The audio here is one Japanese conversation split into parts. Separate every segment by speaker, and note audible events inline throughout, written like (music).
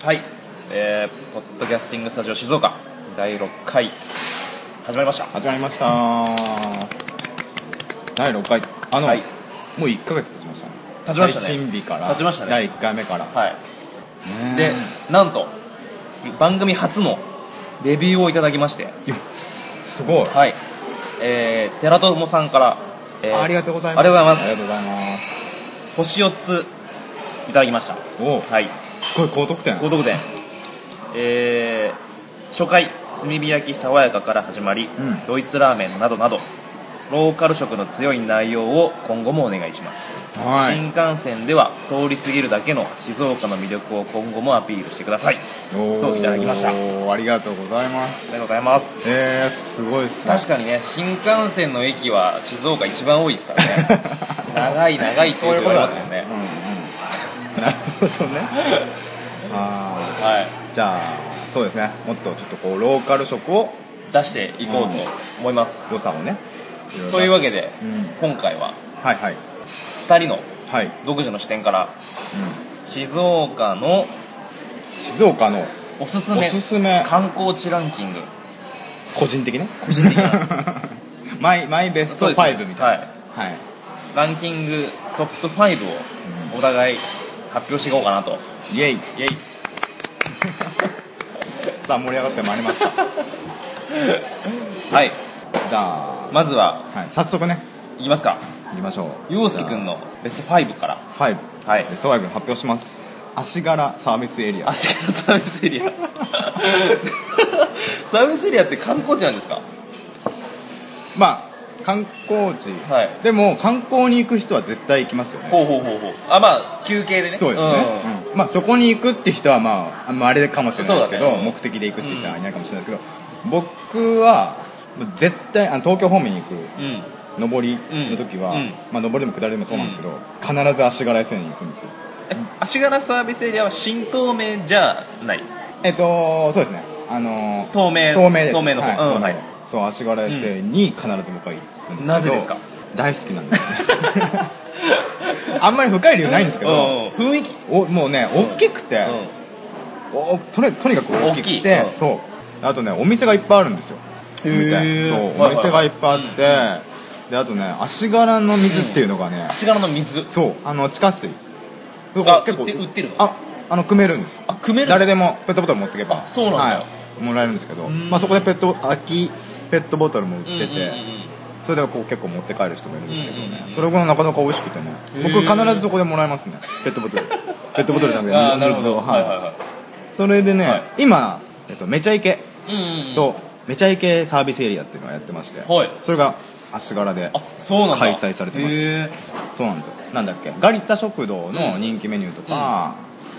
Speaker 1: はい、えー、ポッドキャスティングスタジオ静岡第6回始まりました
Speaker 2: 始まりました第6回あの、
Speaker 1: はい
Speaker 2: もう1か月経ちましたね
Speaker 1: 経ちましたね
Speaker 2: 配信日から
Speaker 1: 経ちましたね
Speaker 2: 第1回目から、
Speaker 1: はい
Speaker 2: ねえ
Speaker 1: でなんと番組初のレビューをいただきまして
Speaker 2: いやすごい、
Speaker 1: はいえー、寺友さんから、えー
Speaker 2: ありがとうございます
Speaker 1: ありがとうござ
Speaker 2: あ
Speaker 1: い
Speaker 2: り
Speaker 1: ま
Speaker 2: がとうございます
Speaker 1: す星4ついただきました
Speaker 2: おお
Speaker 1: はい
Speaker 2: すごい高得点
Speaker 1: 高得点えー、初回炭火焼き爽やかから始まり、
Speaker 2: うん
Speaker 1: ドイツラーメンなどなどローカル色の強い内容を今後もお願いします
Speaker 2: はい
Speaker 1: 新幹線では通り過ぎるだけの静岡の魅力を今後もアピールしてください
Speaker 2: お
Speaker 1: といただきました
Speaker 2: おありがとうございます
Speaker 1: ありがとうございます
Speaker 2: えー、すごいですね
Speaker 1: 確かにね新幹線の駅は静岡一番多いですから
Speaker 2: (laughs)
Speaker 1: ね長い長いって
Speaker 2: そ
Speaker 1: い
Speaker 2: ういうう
Speaker 1: こ
Speaker 2: こと
Speaker 1: が
Speaker 2: と
Speaker 1: ありま
Speaker 2: だ
Speaker 1: すよ
Speaker 2: ね
Speaker 1: ね
Speaker 2: うんうんなるほどね (laughs) あ
Speaker 1: は
Speaker 2: ーじゃあそうですねもっとちょっとこうローカル色を
Speaker 1: い出していこうと思います、
Speaker 2: 良さをねいろいろ
Speaker 1: というわけで、
Speaker 2: うん
Speaker 1: 今回は
Speaker 2: はいはい
Speaker 1: 2人の
Speaker 2: はい、うん、
Speaker 1: 独自の視点から静岡の
Speaker 2: 静岡の
Speaker 1: おすす
Speaker 2: お
Speaker 1: め
Speaker 2: すすめ
Speaker 1: 観光地ランキング
Speaker 2: 個人的ね
Speaker 1: 個人的な
Speaker 2: (laughs) マイマイベスト
Speaker 1: そうです
Speaker 2: 5みたいなはい、
Speaker 1: ランキングトップ5をお互い発表していこうかなと
Speaker 2: イエイ
Speaker 1: イエイ
Speaker 2: さあ盛り上がってまいりました
Speaker 1: はい
Speaker 2: じゃあ、
Speaker 1: まずは
Speaker 2: (laughs) はい、早速ね
Speaker 1: いきますか
Speaker 2: いきましょう
Speaker 1: 陽介くん
Speaker 2: の
Speaker 1: のベスト5から
Speaker 2: 5
Speaker 1: はい
Speaker 2: ベスト5発表します足柄サービスエリア
Speaker 1: 足柄サービスエリア (laughs) サービスエリアって観光地なんですか
Speaker 2: まあ観光地、
Speaker 1: はい
Speaker 2: でも観光に行く人は絶対行きますよね
Speaker 1: ほうほうほうほうあまあ休憩でね
Speaker 2: そうですね、
Speaker 1: ん
Speaker 2: うんまあ、そこに行くって人は、まあ、あんまああれかもしれないですけ
Speaker 1: そう
Speaker 2: ど、
Speaker 1: だね
Speaker 2: 目的で行くって人はいないかもしれないですけど、僕はもう絶対あの東京方面に行く
Speaker 1: うん
Speaker 2: 上りの時は、
Speaker 1: うんうん
Speaker 2: まあ、上りでも下りでもそうなんですけど、必ず足柄線に行くんですよ
Speaker 1: え足柄サービスエリアは新東名じゃない
Speaker 2: えっとそうですねあのー
Speaker 1: 東名
Speaker 2: 東名です
Speaker 1: 東名の方
Speaker 2: はい
Speaker 1: うん
Speaker 2: 東名
Speaker 1: はい
Speaker 2: そう足柄線に必ず僕は行くんですけど、
Speaker 1: なぜですか
Speaker 2: 大好きなんです (laughs) あんまり深い理由ないんですけど、
Speaker 1: うん雰囲気
Speaker 2: おもうね大きくて、おとにとにかく大き
Speaker 1: 大き
Speaker 2: く
Speaker 1: い
Speaker 2: て
Speaker 1: うん
Speaker 2: そうあとねお店がいっぱいあるんですよお
Speaker 1: へー
Speaker 2: 店そう
Speaker 1: は
Speaker 2: お
Speaker 1: いはい
Speaker 2: 店がいっぱいあって、であとね足柄の水っていうのがね、
Speaker 1: 足柄の水
Speaker 2: そうあの地下水
Speaker 1: あ売って売ってるの
Speaker 2: ああの組めるんです
Speaker 1: あ組める
Speaker 2: 誰でもペットボトル持ってけば
Speaker 1: そうなんだ
Speaker 2: はい、もらえるんですけど、
Speaker 1: うん
Speaker 2: まあ、そこでペット空きペットボトルも売ってて、
Speaker 1: うんうんうん
Speaker 2: それでこう結構持って帰る人もいるんですけどね、
Speaker 1: うんうんうん
Speaker 2: それがなかなか美味しくてね
Speaker 1: へ
Speaker 2: 僕
Speaker 1: ー
Speaker 2: 必ずそこでもらえますねペットボト
Speaker 1: (laughs)
Speaker 2: ルペットボトルじゃなく
Speaker 1: あー
Speaker 2: て
Speaker 1: なる
Speaker 2: 水
Speaker 1: ほ
Speaker 2: 水を
Speaker 1: ど
Speaker 2: はい、
Speaker 1: は
Speaker 2: それでね、
Speaker 1: はい
Speaker 2: 今、えっと、めちゃイケ
Speaker 1: いうんうん
Speaker 2: と、めちゃイケサービスエリアっていうのをやってまして、
Speaker 1: はい
Speaker 2: それが足柄で
Speaker 1: あそうなんだ
Speaker 2: 開催されてます
Speaker 1: へ
Speaker 2: そうなんですよなんだっけガリッタ食堂の人気メニューとか、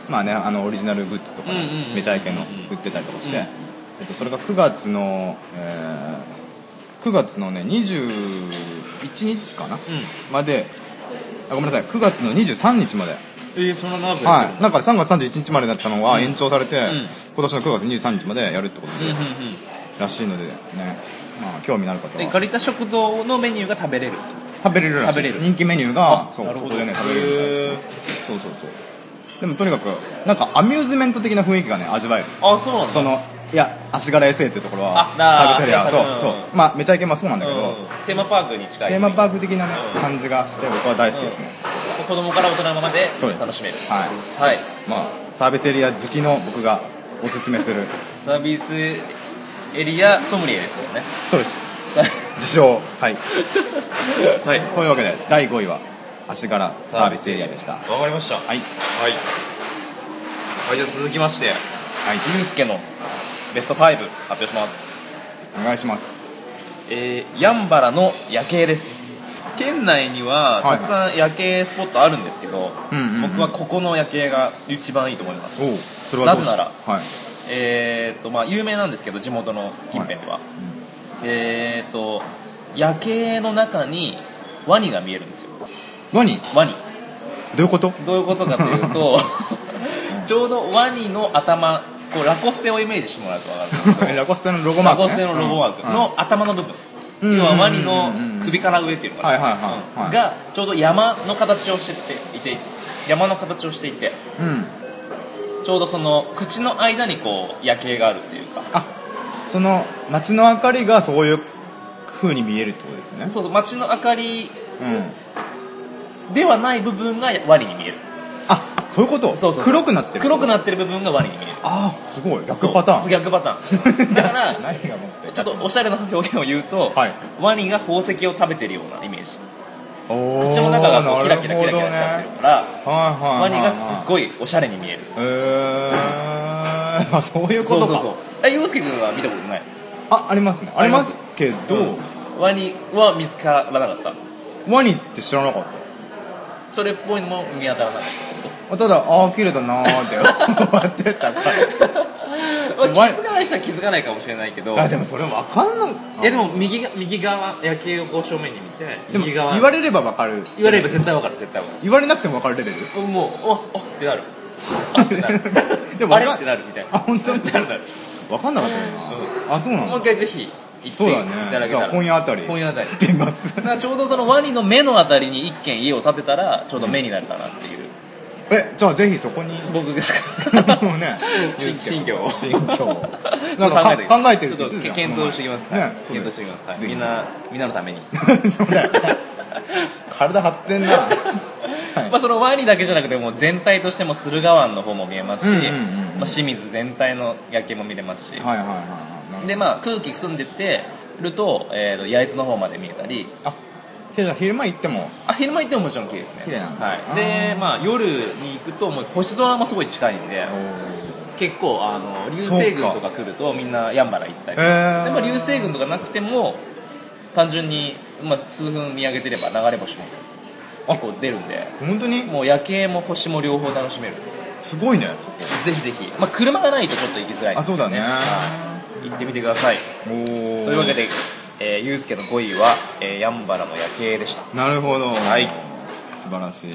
Speaker 2: まあねあのオリジナルグッズとか
Speaker 1: う
Speaker 2: ね、
Speaker 1: んうんうん
Speaker 2: めちゃイケの売ってたりとかして、
Speaker 1: うん
Speaker 2: えっと、それが9月の、えー9月のね21日かな、
Speaker 1: ん
Speaker 2: まであごめんなさい9月の23日まで
Speaker 1: ええーそんな長くやって
Speaker 2: は
Speaker 1: る
Speaker 2: い、なんか3月31日までだったのが延長されて、
Speaker 1: ん
Speaker 2: 今年の9月23日までやるってこと
Speaker 1: のうんうんうん
Speaker 2: らしいのでね、まあ、興味のある方
Speaker 1: でガ
Speaker 2: は
Speaker 1: リタ食堂のメニューが食べれる
Speaker 2: 食べれるらしい
Speaker 1: 食べれる
Speaker 2: 人気メニューがそう
Speaker 1: な
Speaker 2: そ
Speaker 1: るほ
Speaker 2: こ
Speaker 1: ど
Speaker 2: でね食べれるみたい
Speaker 1: へ
Speaker 2: ですそうそうそうでもとにかくなんかアミューズメント的な雰囲気がね味わえる
Speaker 1: ーあそうなんだ
Speaker 2: そのいや足柄 SA っていうところは
Speaker 1: あなあ
Speaker 2: サービスエリア
Speaker 1: 足
Speaker 2: そう
Speaker 1: 柄うん
Speaker 2: そうまあめちゃイケもそうなんだけど、
Speaker 1: うんテーマパークに近い
Speaker 2: テーマパー
Speaker 1: ク
Speaker 2: ク的な、ね
Speaker 1: うん
Speaker 2: 感じがして僕は大好きですね、
Speaker 1: 子供から大人まで
Speaker 2: そうです
Speaker 1: 楽しめる
Speaker 2: はい
Speaker 1: はい
Speaker 2: まあサービスエリア好きの僕がおすすめする
Speaker 1: サービスエリアソムリエですもんね
Speaker 2: そう
Speaker 1: (laughs)
Speaker 2: です自称はい
Speaker 1: はい
Speaker 2: そういうわけで第5位は足柄サービスエリアでしたは
Speaker 1: わかりましたはい
Speaker 2: い
Speaker 1: はいじゃあ続きまして
Speaker 2: はい
Speaker 1: ゆうすけのベスト5発表します
Speaker 2: お願いします
Speaker 1: えー、やんばらの夜景です県内には
Speaker 2: は
Speaker 1: た
Speaker 2: い
Speaker 1: くさん夜景スポットあるんですけど、
Speaker 2: うんうんうん
Speaker 1: 僕はここの夜景が一番いいと思います、
Speaker 2: おおそれはどうし
Speaker 1: な
Speaker 2: て
Speaker 1: ぜな
Speaker 2: はい
Speaker 1: えーっとまあ、有名なんですけど地元の近辺では、えーっと夜景の中にワニが見えるんですよ
Speaker 2: 何ど
Speaker 1: ワニ
Speaker 2: ういうこと
Speaker 1: どういうことかというとちょうどワニの頭こうラコステをイメージしてもらうと分かるんですけど
Speaker 2: (laughs) ラコステのロゴマ
Speaker 1: ラ
Speaker 2: ーク、ね、
Speaker 1: コステのロゴマーク
Speaker 2: うん
Speaker 1: の頭の部分、
Speaker 2: うん
Speaker 1: 要はワニの首から上っていうのかな、
Speaker 2: はいはいはいはい
Speaker 1: がちょうど山の形をしていて山の形をしていて
Speaker 2: うん
Speaker 1: ちちょうどその口の間にこう夜景があるっていうか
Speaker 2: あその街の明かりがそういう風に見えるってことですね
Speaker 1: そうそう街の明かり
Speaker 2: うん
Speaker 1: ではない部分がワニに見える
Speaker 2: あそういうこ
Speaker 1: そ
Speaker 2: と
Speaker 1: うそうそう
Speaker 2: 黒くなってる
Speaker 1: 黒く
Speaker 2: っ
Speaker 1: なってる部分がワニに見える
Speaker 2: ああすごい逆パタ
Speaker 1: そ
Speaker 2: ー
Speaker 1: う
Speaker 2: ン
Speaker 1: 逆パタ
Speaker 2: (laughs)
Speaker 1: ーンだから
Speaker 2: 何が持って
Speaker 1: ちょっとおしゃれな表現を言うと、
Speaker 2: はい
Speaker 1: ワニが宝石を食べてるようなイメージ
Speaker 2: おー
Speaker 1: 口の中がこうキラキラキラキラ光ってるから
Speaker 2: なるほどねはいはいはいはい
Speaker 1: ワニがすっ
Speaker 2: い
Speaker 1: ごいおしゃれに見える
Speaker 2: えー、 (laughs) あそういうこ
Speaker 1: そう
Speaker 2: とか
Speaker 1: そうそうえ洋介君は見たことない
Speaker 2: あありますねありますけど、
Speaker 1: うんワニは見つからなかった
Speaker 2: ワニって知らなかっ
Speaker 1: それっぽいのも見当たらなかった
Speaker 2: たただああ綺麗だ
Speaker 1: (laughs)
Speaker 2: なーって終わってたから
Speaker 1: まあ
Speaker 2: でもワニ
Speaker 1: 気づかない人は気づかないかもしれないけど
Speaker 2: あでもそれ分かんない
Speaker 1: いやでも右が右側夜景をこう正面に見て
Speaker 2: でも
Speaker 1: 右側
Speaker 2: 言われれば分かる
Speaker 1: 言われれば絶対分かる絶対分か
Speaker 2: 言われなくても分かるレベル
Speaker 1: るもうああってなるあってなる
Speaker 2: (laughs) でも
Speaker 1: あれ
Speaker 2: わか
Speaker 1: ってなるみたいな
Speaker 2: あ本当に
Speaker 1: なるなる
Speaker 2: 分かんなかったよな、あそうなん
Speaker 1: もう
Speaker 2: だ
Speaker 1: 一回ぜひ行って
Speaker 2: そうだ
Speaker 1: いただ
Speaker 2: ね
Speaker 1: け
Speaker 2: じ
Speaker 1: た
Speaker 2: ゃ
Speaker 1: ら
Speaker 2: あ今夜あたり
Speaker 1: 今夜あたり
Speaker 2: 行ってみます
Speaker 1: だからちょうどそのワニの目のあたりに一軒家を建てたらちょうど目になるかなっていう
Speaker 2: えじゃあぜひそこに (laughs)
Speaker 1: 僕ですか
Speaker 2: もうね
Speaker 1: 新新居を
Speaker 2: 新居を
Speaker 1: ちょ
Speaker 2: な
Speaker 1: っ
Speaker 2: ん
Speaker 1: と考え
Speaker 2: か
Speaker 1: て
Speaker 2: か考えてる
Speaker 1: ちょっと検討しておきますはい
Speaker 2: ね
Speaker 1: 検討しておきますはい
Speaker 2: ぜひ
Speaker 1: みんなみんなのために
Speaker 2: そうだよね体張ってんなはい
Speaker 1: まあそのワニだけじゃなくてもう全体としても駿河湾の方も見えますし、
Speaker 2: うんうんうんうん
Speaker 1: まあ、清水全体の夜景も見れますし、
Speaker 2: はいはいはいはい
Speaker 1: でまあ空気澄んでってると,、えーと焼津の方まで見えたり
Speaker 2: あじゃあ昼間行っても
Speaker 1: あ昼間行ってももちろん綺麗ですね
Speaker 2: 綺麗なんだ
Speaker 1: はい
Speaker 2: あ、ー
Speaker 1: でまあ夜に行くともう星空もすごい近いんで結構あの流星群とか来るとみんなやんばら行ったりとか、
Speaker 2: へー
Speaker 1: でも流星群とかなくても単純に、まあ、数分見上げてれば流れ星も結構出るんで
Speaker 2: 本当に
Speaker 1: もう夜景も星も両方楽しめる
Speaker 2: すごいね
Speaker 1: ぜひぜひ、まあ、車がないとちょっと行きづらい
Speaker 2: あそうだね
Speaker 1: はい行ってみてください
Speaker 2: お
Speaker 1: と
Speaker 2: お
Speaker 1: いうわけで、えー、ゆうすけの5位は、えー、やんばらの夜景でした
Speaker 2: なるほどはい素晴らしい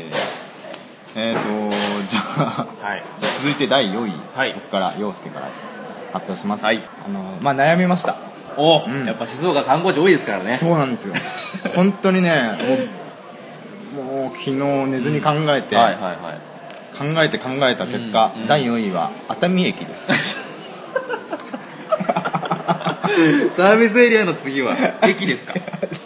Speaker 2: えっ、ー、と (laughs) じゃあ
Speaker 1: はい
Speaker 2: じゃあ続いて第4位、
Speaker 1: はい
Speaker 2: 僕から陽介から発表します、
Speaker 1: はい
Speaker 2: あのまあ、悩みました
Speaker 1: おお、
Speaker 2: うん
Speaker 1: やっぱ静岡観光地多いですからね
Speaker 2: そうなん
Speaker 1: (laughs)
Speaker 2: ですよ本当にねもうもう昨日寝ずに考えて、
Speaker 1: はいはいはい
Speaker 2: 考えて考えた結果、
Speaker 1: うんうん
Speaker 2: 第4位は熱海駅です
Speaker 1: (laughs) (laughs) サービスエリアの次は駅です (laughs) か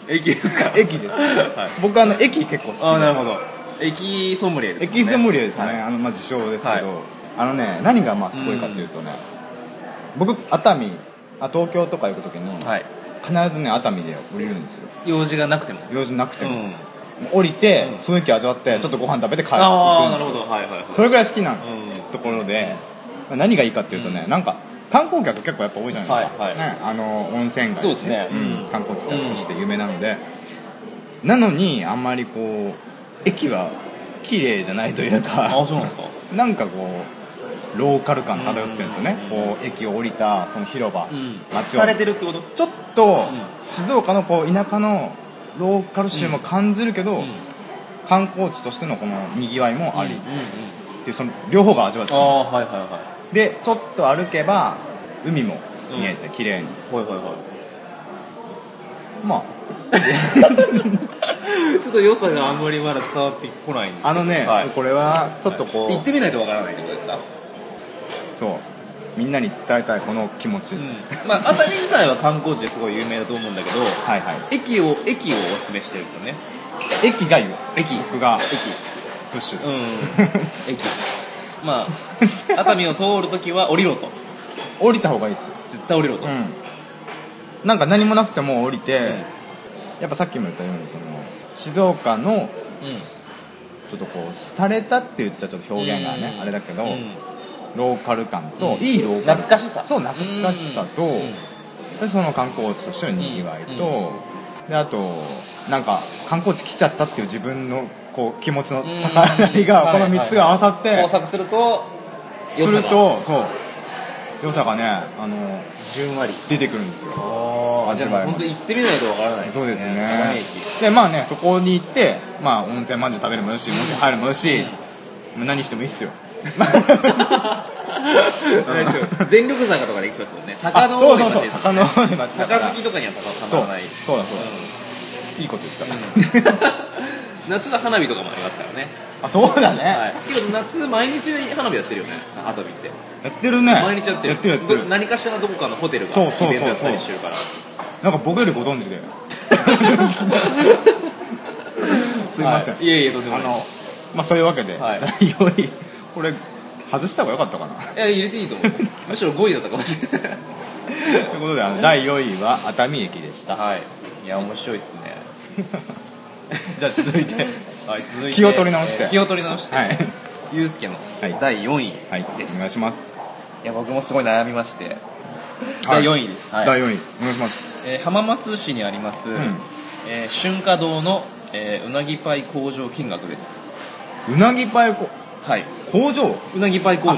Speaker 1: 駅ですか
Speaker 2: 駅です、
Speaker 1: はい
Speaker 2: 僕あの駅結構好きで
Speaker 1: ああなるほど駅ソムリエですね
Speaker 2: 駅セモリアですね、
Speaker 1: はい
Speaker 2: あのまあ自称ですけど、
Speaker 1: は
Speaker 2: あのね何がまあすごいかというとね、僕熱海あ東京とか行く時に、
Speaker 1: はい
Speaker 2: 必ずね熱海で降りるんですよ
Speaker 1: 用事がなくても
Speaker 2: 用事なくて
Speaker 1: う
Speaker 2: も、
Speaker 1: ん
Speaker 2: 降りて、
Speaker 1: うん
Speaker 2: 雰囲気味わってちょっとご飯食べて帰る
Speaker 1: ああ
Speaker 2: 行
Speaker 1: な
Speaker 2: く
Speaker 1: る
Speaker 2: んで
Speaker 1: ほどはいはいはい
Speaker 2: すそれぐらい好きな
Speaker 1: うん
Speaker 2: ところで、何がいいかっていうとね、なんか観光客結構やっぱ多いじゃないですか、
Speaker 1: はいはい
Speaker 2: ね、あの温泉街
Speaker 1: そうですね
Speaker 2: ん
Speaker 1: うん
Speaker 2: 観光地帯として有名なので、なのにあんまりこう駅は綺麗じゃないというか
Speaker 1: ああそうなんですか
Speaker 2: なんかこうローカル感漂ってるんですよね、
Speaker 1: うん
Speaker 2: こう駅を降りたその広場、
Speaker 1: うん
Speaker 2: 街を
Speaker 1: されてるってこと
Speaker 2: ちょっと
Speaker 1: う
Speaker 2: 静岡のこう田舎のローカル臭も感じるけど、
Speaker 1: うん
Speaker 2: 観光地としてのこのにぎわいもあ
Speaker 1: う
Speaker 2: り
Speaker 1: ん
Speaker 2: っ
Speaker 1: うんうん
Speaker 2: ていうその両方が味わって
Speaker 1: あ
Speaker 2: しまう
Speaker 1: あはいはいはい
Speaker 2: でちょっと歩けば海も見えて綺麗に、
Speaker 1: はいはいは
Speaker 2: ま
Speaker 1: い (laughs) ちょっと良さがあんまりまだ伝わってこないんですけど
Speaker 2: ああのね、
Speaker 1: はい
Speaker 2: これはちょっとこう、
Speaker 1: 行ってみないとわからないってことですか、
Speaker 2: そうみんなに伝えたいこの気持ち、
Speaker 1: うんまあ、熱海自体は観光地ですごい有名だと思うんだけど
Speaker 2: はいはい
Speaker 1: 駅を駅をおすすめしてるんですよね
Speaker 2: 駅が言う
Speaker 1: 駅
Speaker 2: 僕が
Speaker 1: 駅
Speaker 2: プッシュ
Speaker 1: う
Speaker 2: で
Speaker 1: ん
Speaker 2: す、
Speaker 1: 駅まあ熱海を通るときは降りろと
Speaker 2: 降りた方がいいです
Speaker 1: 絶対降りろと、
Speaker 2: うん、なんか何もなくても降りて、やっぱさっきも言ったようにその静岡のちょっとこう廃れたって言っちゃちょっと表現がね、
Speaker 1: うん
Speaker 2: あれだけど、
Speaker 1: うん
Speaker 2: ローカル感と、
Speaker 1: うん
Speaker 2: いいローカル
Speaker 1: 懐かしさ
Speaker 2: そう懐かしさと、
Speaker 1: うん
Speaker 2: でその観光地としてのにぎわいと、であとなんか観光地来ちゃったっていう自分のこう気持ちの
Speaker 1: うん
Speaker 2: 高鳴りが、この3つが合わさって、
Speaker 1: 工作すると
Speaker 2: するとそう良さがねあの
Speaker 1: じゅんわり
Speaker 2: 出てくるんですよ
Speaker 1: ああじゃあもう本当に行ってみないとわからない
Speaker 2: そうですね
Speaker 1: 熱海駅
Speaker 2: でまあねそこに行ってまあ温泉まんじゅう食べるもよし温泉入るもよし、もう何してもいいっすよ
Speaker 1: (laughs) 大丈夫全力坂とかで行きそうですもんね坂
Speaker 2: あ
Speaker 1: の
Speaker 2: そう
Speaker 1: 多
Speaker 2: そう
Speaker 1: い
Speaker 2: そう
Speaker 1: 町
Speaker 2: 坂の方に町だから
Speaker 1: 坂好きとかにはたまた
Speaker 2: そう
Speaker 1: まらない
Speaker 2: そうだそうだ、いいこと言った、
Speaker 1: 夏の花火とかもありますからね
Speaker 2: あそうだね、
Speaker 1: はい、けど夏毎日花火やってるよね熱海って
Speaker 2: やってるね
Speaker 1: 毎日やってる
Speaker 2: やってるやってる
Speaker 1: ど何かしらのどこかのホテルが
Speaker 2: そうそうそうそう
Speaker 1: イベントやったりしてるから
Speaker 2: なんか僕よりご存知ですいません、
Speaker 1: はい、いえいえとんでも
Speaker 2: あ
Speaker 1: ない
Speaker 2: のまあそういうわけで、
Speaker 1: はい
Speaker 2: 第4位これ外した方が良かったかな
Speaker 1: いや入れていいと思うむしろ5位だったかもしれない
Speaker 2: ということであの第4位は熱海駅でした
Speaker 1: はいいや面白いっすね
Speaker 2: じゃあ続いて
Speaker 1: はい続いて
Speaker 2: 気を取り直して
Speaker 1: えー気を取り直して、
Speaker 2: はい
Speaker 1: ゆうすけの
Speaker 2: はい
Speaker 1: 第4位
Speaker 2: はい
Speaker 1: です、
Speaker 2: お願いします、
Speaker 1: いや僕もすごい悩みまして、
Speaker 2: はい
Speaker 1: 第4位です、はい
Speaker 2: 第4位お願いします
Speaker 1: えー浜松市にあります、
Speaker 2: ん
Speaker 1: えー春夏堂の、えーうなぎパイ工場見学です
Speaker 2: うなぎパイこ
Speaker 1: はい
Speaker 2: 工場
Speaker 1: うなぎパイ工場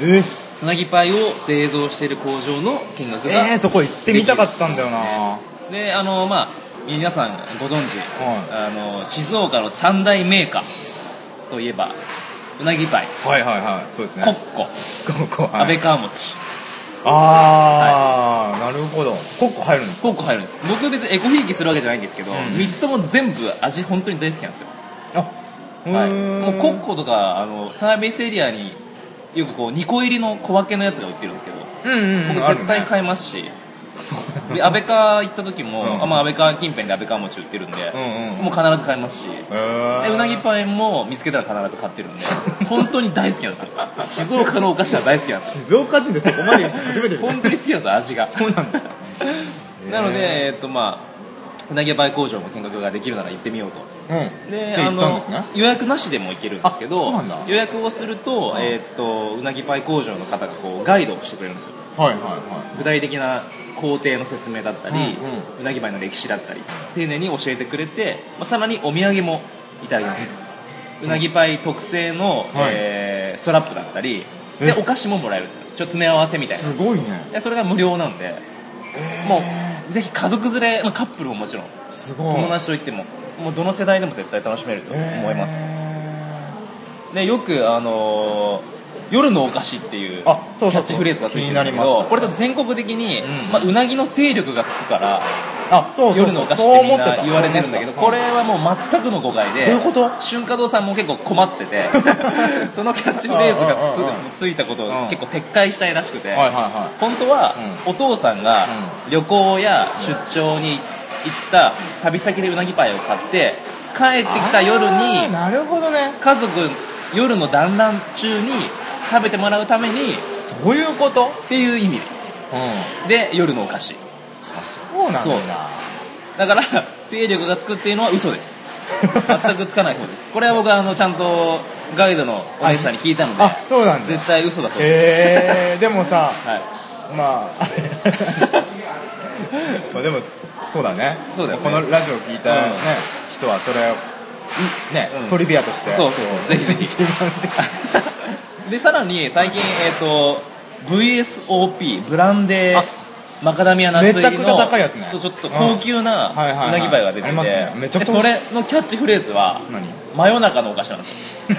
Speaker 2: えー、
Speaker 1: うなぎパイを製造している工場の見学が、
Speaker 2: えー、そこ行ってみたかったんだよな、
Speaker 1: であのまあ皆さんご存知、
Speaker 2: は
Speaker 1: あの静岡の三大メーカーといえばうなぎパイ
Speaker 2: はいはいはいそうです
Speaker 1: コッ
Speaker 2: ね
Speaker 1: コ
Speaker 2: ここ、はい
Speaker 1: 安倍川餅、
Speaker 2: ああ、なるほどコッコ入るんです
Speaker 1: コッコ入るんです僕別にエコひいきするわけじゃないんですけど、
Speaker 2: ん
Speaker 1: 3つとも全部味本当に大好きなんですよ
Speaker 2: あ
Speaker 1: はい、も
Speaker 2: も
Speaker 1: うコッコとかあのサービスエリアによくこう2個入りの小分けのやつが売ってるんですけど
Speaker 2: うんうんうん
Speaker 1: 僕
Speaker 2: ある
Speaker 1: 絶対買いますし、で安倍川行った時も、
Speaker 2: うん
Speaker 1: あまあ、安倍川近辺で安倍川餅売ってるんで、
Speaker 2: ね、うんうん
Speaker 1: もう必ず買いますし
Speaker 2: へー
Speaker 1: でうなぎパイも見つけたら必ず買ってるんで本当に大好きなんですよ静岡のお菓子は大好きなんです
Speaker 2: 静岡人でそこまで言う人初めて見
Speaker 1: (laughs)
Speaker 2: た
Speaker 1: 本当に好きなんですよ味が
Speaker 2: そうなんだ
Speaker 1: (laughs) なの
Speaker 2: へ
Speaker 1: で、えっとまあ、うなぎパイ工場の見学ができるなら行ってみようと
Speaker 2: う
Speaker 1: で
Speaker 2: んで行
Speaker 1: あ
Speaker 2: ったん
Speaker 1: の
Speaker 2: ですね
Speaker 1: 予約なしでも行けるんですけ
Speaker 2: あそ
Speaker 1: ど
Speaker 2: うなんだ
Speaker 1: 予約をすると,、
Speaker 2: うん
Speaker 1: えーっとうなぎパイ工場の方がこうガイドをしてくれるんですよ
Speaker 2: はいはいは
Speaker 1: 具体的な工程の説明だったり、
Speaker 2: うん
Speaker 1: うなぎパイの歴史だったり丁寧に教えてくれて、まあ、さらにお土産もいただきますうなぎパイ特製の、
Speaker 2: はい
Speaker 1: えーストラップだったり
Speaker 2: え
Speaker 1: でお菓子ももらえるんですよちょっと詰め合わせみたい
Speaker 2: い
Speaker 1: な
Speaker 2: すごいね
Speaker 1: でそれが無料なんでもうぜひ家族連れ、まあ、カップルももちろん
Speaker 2: すごい
Speaker 1: 友達と行ってももうどの世代でも絶対楽しめると思います、
Speaker 2: へ
Speaker 1: ね、よく、あのー夜のお菓子っていうキ
Speaker 2: あそ
Speaker 1: ャ
Speaker 2: うそうそう
Speaker 1: ッチフレーズがついてるんだけ
Speaker 2: 気になりまし
Speaker 1: ど
Speaker 2: た
Speaker 1: これと全国的に、
Speaker 2: う
Speaker 1: うんまあ、うなぎの勢力がつくから
Speaker 2: ーあそうそうそう
Speaker 1: 夜のお菓子っ
Speaker 2: そう
Speaker 1: てみ
Speaker 2: 思
Speaker 1: んな
Speaker 2: てた
Speaker 1: 言われてるんだけどこれはもう全くの誤解で
Speaker 2: どういうこと
Speaker 1: 春華堂さんも結構困って
Speaker 2: (laughs)
Speaker 1: てそのキャッチフレーズがつ
Speaker 2: うんうんうんうん
Speaker 1: ついたこと
Speaker 2: うん
Speaker 1: を結構撤回したいらしくて、
Speaker 2: はいはいは
Speaker 1: 本当は、お父さんが旅行や出張に行った旅先でうなぎパイを買って帰って
Speaker 2: い
Speaker 1: きた夜
Speaker 2: あ
Speaker 1: に
Speaker 2: ーなるほどね
Speaker 1: 家族夜の団らん中に食べてもらうためにっ
Speaker 2: そういうこと
Speaker 1: ていう意味
Speaker 2: うん
Speaker 1: で夜のお菓子
Speaker 2: あそうなん
Speaker 1: そう
Speaker 2: だ
Speaker 1: だから勢力がつくっていうのは嘘です全くつかないそうですこれは僕はあのちゃんとガイドのお姉さんに聞いたので
Speaker 2: (laughs) あそうなんだ
Speaker 1: 絶対嘘だそうです、
Speaker 2: へえでもさ
Speaker 1: はい、 (laughs)
Speaker 2: まあまあでもそうだね
Speaker 1: そうだよね
Speaker 2: このラジオ聞いた、ね
Speaker 1: うん
Speaker 2: 人はそれをね、
Speaker 1: うん
Speaker 2: トリビアとして
Speaker 1: そうそうそうぜひぜひ
Speaker 2: 一番的
Speaker 1: (laughs)
Speaker 2: に
Speaker 1: でさらに最近えっ、と VSOP ブランデーマカダミアナッツ入りの
Speaker 2: めちゃくちゃ高いやつね
Speaker 1: そうちょっと高級な
Speaker 2: うんはいはいはいう
Speaker 1: なぎパイが出て
Speaker 2: あ
Speaker 1: て、
Speaker 2: りますねめちゃくちゃ
Speaker 1: で
Speaker 2: 美
Speaker 1: そ
Speaker 2: 味し
Speaker 1: れのキャッチフレーズは
Speaker 2: 何
Speaker 1: 真夜中のお菓子なんです
Speaker 2: (laughs)
Speaker 1: よ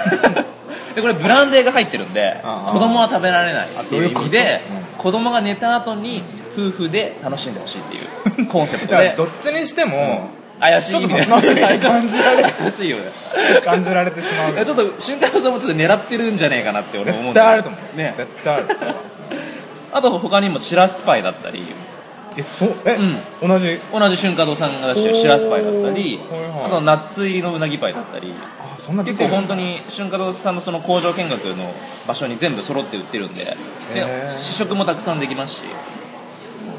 Speaker 1: でこれブランデーが入ってるんで
Speaker 2: ああ
Speaker 1: 子供は食べられないっていう意味で
Speaker 2: そういうこ
Speaker 1: 子供が寝た後に夫婦で楽しんでほしいって
Speaker 2: (laughs)
Speaker 1: いうコンセプト
Speaker 2: だから
Speaker 1: で
Speaker 2: どっちにしても、
Speaker 1: 怪しい意味で
Speaker 2: ちょっとそっちの方に感じられる
Speaker 1: 怪しい
Speaker 2: (laughs)
Speaker 1: よね
Speaker 2: 感じられて
Speaker 1: (laughs)
Speaker 2: しまう
Speaker 1: いやちょっと瞬間さんもちょっと狙ってるんじゃねえかなって俺も思うんだ
Speaker 2: 絶対
Speaker 1: よ
Speaker 2: あると思う、
Speaker 1: ね
Speaker 2: 絶対あ
Speaker 1: (laughs)
Speaker 2: る
Speaker 1: あと他にもしらすパイだったり
Speaker 2: えそうえ、同じ
Speaker 1: 同じ春華堂さんが出してるしらすパイだったり
Speaker 2: おーはいはい
Speaker 1: あとナッツ入りのうなぎパイだったり
Speaker 2: あそんな出
Speaker 1: 結構
Speaker 2: てる
Speaker 1: 本当に春華堂さんのその工場見学の場所に全部揃って売ってるんで
Speaker 2: へ
Speaker 1: で
Speaker 2: ー
Speaker 1: 試食もたくさんできますし、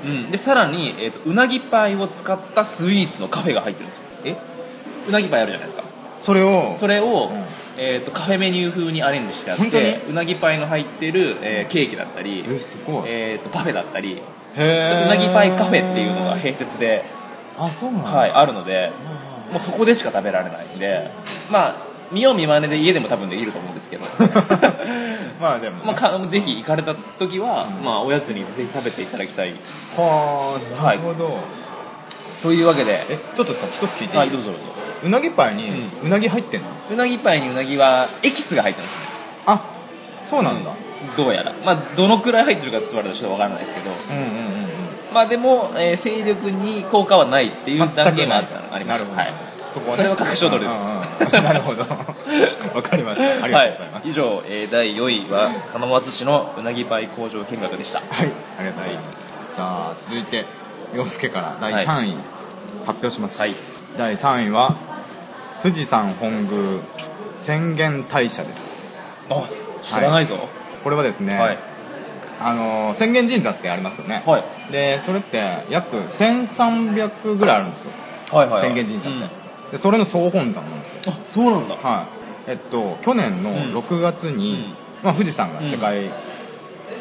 Speaker 1: うん、でさらに、えー、とうなぎパイを使ったスイーツのカフェが入ってるんですよ
Speaker 2: え
Speaker 1: うなぎパイあるじゃないですか
Speaker 2: それを
Speaker 1: それを、
Speaker 2: うん
Speaker 1: えー、とカフェメニュー風にアレンジしてあっ
Speaker 2: 本当に
Speaker 1: てうなぎパイの入ってる、えーケーキだったり、
Speaker 2: えすごい、
Speaker 1: えー、とパフェだったり
Speaker 2: へえ
Speaker 1: うなぎパイカフェっていうのが併設で、
Speaker 2: あそうなんだ、
Speaker 1: はい、あるので
Speaker 2: い
Speaker 1: もうそこでしか食べられないんでまあ見よう見まねで家でも多分できると思うん
Speaker 2: (laughs)
Speaker 1: ですけど
Speaker 2: まあでもね、
Speaker 1: まあかぜひ行かれた時は、まあ、おやつにぜひ食べていただきたい
Speaker 2: はあな
Speaker 1: は
Speaker 2: る
Speaker 1: い
Speaker 2: ほど、
Speaker 1: というわけで
Speaker 2: えちょっとさ一つ聞いていい、
Speaker 1: はいどうぞどうぞ
Speaker 2: うなぎパイに、う
Speaker 1: う
Speaker 2: なぎ入ってんの
Speaker 1: うなぎパイにうなぎはエキスが入ってますね
Speaker 2: あそうなんだ、
Speaker 1: どうやらまあどのくらい入ってるかって言われたらちょっとわからないですけど
Speaker 2: うん、うんうんうん
Speaker 1: まあでも、えー勢力に効果はないっていうだけもあったのありました
Speaker 2: 全く
Speaker 1: は
Speaker 2: ない
Speaker 1: い
Speaker 2: そこはね
Speaker 1: それの確証取れです
Speaker 2: うんうんな (laughs) る
Speaker 1: (laughs)
Speaker 2: ほどわかりましたありがとうございま
Speaker 1: は
Speaker 2: す
Speaker 1: い、以上、えー第4位は浜松市のうなぎパイ工場見学でした
Speaker 2: はい、ありがとうございます、さあ続いて洋介から第3位、発表します、
Speaker 1: はい
Speaker 2: 第3位は富士山本宮浅間大社です
Speaker 1: あ知らないぞ
Speaker 2: これはですね、
Speaker 1: はい
Speaker 2: あのー浅間神社ってありますよね、
Speaker 1: はい
Speaker 2: でそれって約1300ぐらいあるんですよ
Speaker 1: はいはい
Speaker 2: 浅間
Speaker 1: はい
Speaker 2: 神社って、でそれの総本山なんですよ
Speaker 1: うんあそうなんだ
Speaker 2: はいえっと去年の
Speaker 1: ん
Speaker 2: 6月に、まあ、富士山が世界遺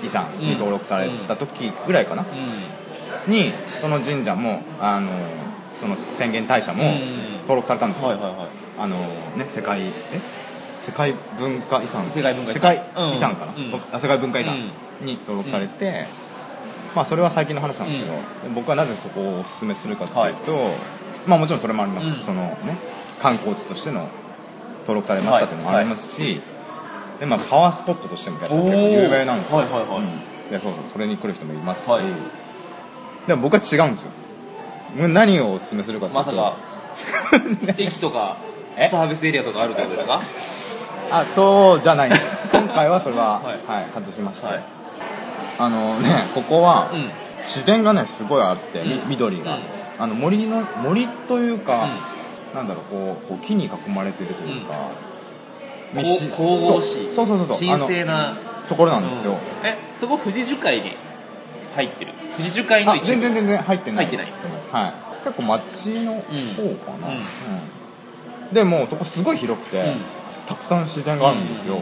Speaker 2: 産に登録された時ぐらいかな、
Speaker 1: う
Speaker 2: にその神社もあのその浅間大社も
Speaker 1: うん
Speaker 2: 登録されたんで
Speaker 1: ん
Speaker 2: すよ、
Speaker 1: はいはいは
Speaker 2: あのね世界え世界文化遺産
Speaker 1: 世界文化遺産
Speaker 2: 遺産かな、
Speaker 1: うん
Speaker 2: 僕あ世界文化遺産に登録されて、まあそれは最近の話なんですけど、僕はなぜそこをおすすめするかというと、まあもちろんそれもあります、
Speaker 1: うん
Speaker 2: そのね観光地としての登録されましたっていうのもありますし、でまあ、パワースポットとしても結構
Speaker 1: おー
Speaker 2: 有名なんですよ、
Speaker 1: はいはいはい
Speaker 2: うんでそうそうそれに来る人もいますし、
Speaker 1: はい
Speaker 2: でも僕は違うんですよ何をおすすめするか
Speaker 1: い
Speaker 2: とい
Speaker 1: ま
Speaker 2: う
Speaker 1: さ
Speaker 2: と
Speaker 1: か駅とか
Speaker 2: え
Speaker 1: サービスエリアとかあるってことですか
Speaker 2: あそうじ
Speaker 1: (laughs)
Speaker 2: ゃないんです今回はそれは、
Speaker 1: は
Speaker 2: はいい外しました、
Speaker 1: はい
Speaker 2: あのねここは、
Speaker 1: うん
Speaker 2: 自然がねすごいあって、み
Speaker 1: うん
Speaker 2: 緑が、
Speaker 1: うん
Speaker 2: あの森の森というか、なんだろうこうこう木に囲まれてるというか、
Speaker 1: こ
Speaker 2: 密
Speaker 1: う
Speaker 2: 集
Speaker 1: 神々しい
Speaker 2: そうそうそうそう
Speaker 1: 神聖な
Speaker 2: あのところなんですよ、
Speaker 1: うんえそこ富士樹海に入ってる富士樹海の
Speaker 2: あ
Speaker 1: 一部
Speaker 2: 全然全然入ってない
Speaker 1: 入ってない
Speaker 2: はい、結構町の方かな、
Speaker 1: うん
Speaker 2: うんでもうそこすごい広くて、
Speaker 1: うん
Speaker 2: たくさん自然があるんですよ、
Speaker 1: うう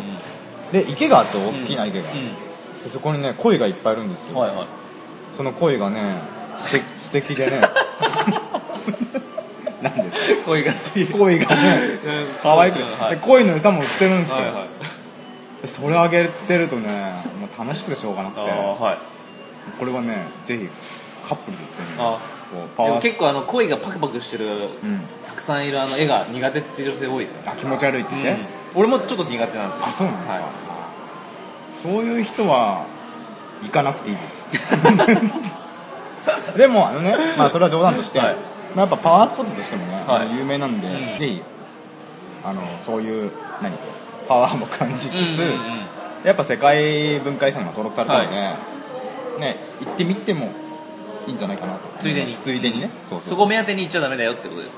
Speaker 2: で池があって
Speaker 1: うん
Speaker 2: 大きな池が、
Speaker 1: うん
Speaker 2: でそこにね鯉がいっぱいいるんですよ、
Speaker 1: はいはい
Speaker 2: その鯉がねすて素敵でね (laughs) なんです
Speaker 1: 恋が好き
Speaker 2: 鯉が
Speaker 1: (laughs)
Speaker 2: ね
Speaker 1: うん
Speaker 2: 可愛くて、
Speaker 1: うんはい
Speaker 2: で鯉の餌も売ってるんですよ、
Speaker 1: はいはい
Speaker 2: でそれあげてるとねもう楽しくてしょうがなく
Speaker 1: あ
Speaker 2: て
Speaker 1: ーはい
Speaker 2: これはねぜひカップルで行ってね
Speaker 1: あ
Speaker 2: こうパ
Speaker 1: で
Speaker 2: ワ
Speaker 1: も
Speaker 2: ース
Speaker 1: 結構あの恋がパクパクしてる
Speaker 2: うん
Speaker 1: たくさんいるあの絵が苦手って女性多いですよね
Speaker 2: あ気持ち悪いって言って、
Speaker 1: うん俺もちょっと苦手なんですよ
Speaker 2: あそうなんだ、
Speaker 1: はい
Speaker 2: そういう人は行かなくていいです
Speaker 1: (laughs)
Speaker 2: でもあのね、まあ、それは冗談として、
Speaker 1: はい
Speaker 2: まあ、やっぱパワースポットとしてもね、
Speaker 1: はい
Speaker 2: あの有名なんで、
Speaker 1: うん
Speaker 2: ぜひあのそういう何パワーも感じつつ、
Speaker 1: うんうんうん
Speaker 2: やっぱ世界文化遺産にも登録されたので、ね、行ってみてもいいんじゃないかなと
Speaker 1: ついでに
Speaker 2: ついでにね、そうそう
Speaker 1: そこ目当てに行っちゃダメだよってことです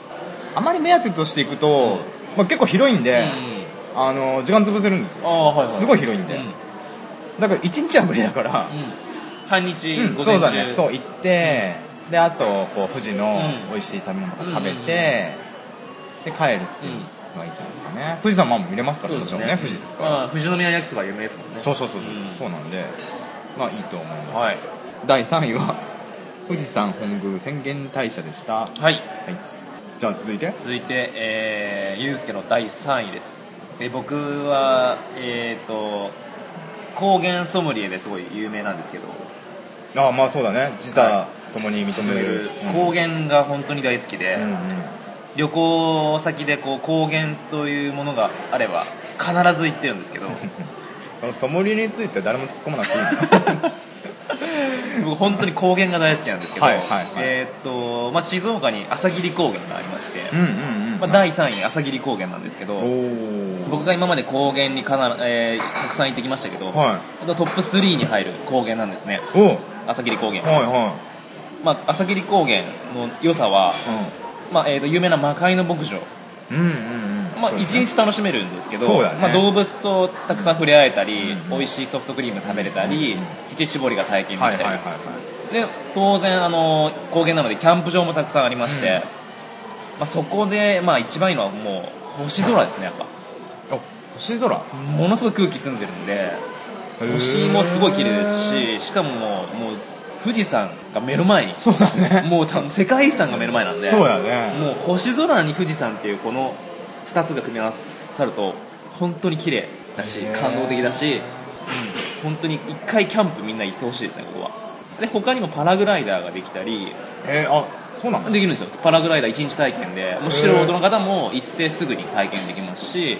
Speaker 2: あまり目当てとしていくと、まあ、結構広いんで、あの時間潰せるんですよ
Speaker 1: ああはいはい
Speaker 2: すごい広いんで
Speaker 1: うんうん
Speaker 2: だから1日は無理だから、
Speaker 1: 半日
Speaker 2: うん
Speaker 1: 午
Speaker 2: そ
Speaker 1: 前
Speaker 2: うだね
Speaker 1: 中
Speaker 2: そう行って、であとこう富士の
Speaker 1: うん
Speaker 2: 美味しい食べ物とか食べて、で帰るっていうのがいいんじゃないですかね、富士山も見れますから
Speaker 1: そう
Speaker 2: も
Speaker 1: で
Speaker 2: ち
Speaker 1: す
Speaker 2: ろん
Speaker 1: ね
Speaker 2: ね富士ですから、
Speaker 1: うん富士宮焼きそば有名ですもんね
Speaker 2: そうそうそうそう、
Speaker 1: うん
Speaker 2: そうなんでまあいいと思います、
Speaker 1: はい
Speaker 2: 第3位は富士山本宮浅間大社でした、はい、
Speaker 1: はい
Speaker 2: じゃあ続いて
Speaker 1: 続いて、えー、ゆうすけの第3位ですで僕はえっ、と高原ソムリエですごい有名なんですけど
Speaker 2: ああまあそうだね自他ともに認める、
Speaker 1: 高原が本当に大好きで、
Speaker 2: うんうんうん
Speaker 1: 旅行先でこう高原というものがあれば必ず行ってるんです
Speaker 2: (laughs)
Speaker 1: けど
Speaker 2: そのソムリエについて誰も突っ込まなくていい
Speaker 1: (laughs)
Speaker 2: の
Speaker 1: 僕本当に高原が大好きなんですけど
Speaker 2: はいはいはい
Speaker 1: えーっとまあ静岡に朝霧高原がありまして、
Speaker 2: うんうんうん、
Speaker 1: まあ、第3位朝霧高原なんですけど
Speaker 2: お
Speaker 1: 僕が今まで高原にかな、えーたくさん行ってきましたけど、
Speaker 2: は
Speaker 1: 本当トップ3に入る高原なんですね
Speaker 2: おお
Speaker 1: 朝霧高原、
Speaker 2: はいは
Speaker 1: まあ、朝霧高原の良さは、まあえー、と有名な魔界の牧場
Speaker 2: いうんうんうんうん
Speaker 1: まあ、
Speaker 2: そうだね
Speaker 1: 1日楽しめるんですけど、
Speaker 2: そうだね
Speaker 1: まあ、動物とたくさん触れ合えたり、
Speaker 2: うん
Speaker 1: 美味しいソフトクリーム食べれたり、乳搾りが体験できた
Speaker 2: は
Speaker 1: り、
Speaker 2: いはいはいはい
Speaker 1: で当然あの高原なのでキャンプ場もたくさんありまして、まあ、そこで、まあ、一番いいのはもう星空ですねやっぱ
Speaker 2: あ星空
Speaker 1: ものすごい空気澄んでるんで星もすごい綺麗ですししかももうもう富士山が目の前に
Speaker 2: そうだね
Speaker 1: もう多分世界遺産が目の前なんで
Speaker 2: (laughs) そうだね
Speaker 1: もう星空に富士山っていうこの2つが組み合わさると本当に綺麗だし
Speaker 2: へー
Speaker 1: 感動的だし、うん、本当に一回キャンプみんな行ってほしいですねここはで他にもパラグライダーができたり
Speaker 2: えー、あそうなんだ
Speaker 1: できるんですよパラグライダー1日体験でもう素人の方も行ってすぐに体験できますし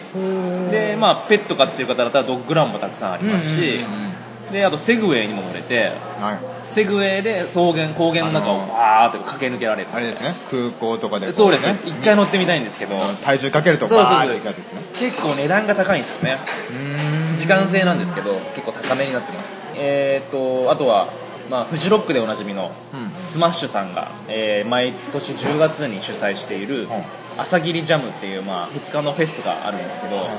Speaker 1: で、まあ、ペット飼ってる方だったらドッグランもたくさんありますし、
Speaker 2: うんうんうん
Speaker 1: であとセグウェイにも乗れて
Speaker 2: はい
Speaker 1: セグウェイで草原高原の中をバーって駆け抜けられる
Speaker 2: あれですね空港とかでこ
Speaker 1: そうですね一回乗ってみたいんですけど
Speaker 2: 体重かけると
Speaker 1: そうそう
Speaker 2: バ
Speaker 1: そう
Speaker 2: ーって
Speaker 1: で
Speaker 2: いくやつです
Speaker 1: す
Speaker 2: ね
Speaker 1: 結構値段が高いんですよね
Speaker 2: うーん
Speaker 1: 時間制なんですけど結構高めになってますえー、とあとは、まあ、フジロックでおなじみの
Speaker 2: うん
Speaker 1: スマッシュさんが、えー毎年10月に主催している朝霧ジャムっていう、まあ、2日のフェスがあるんですけど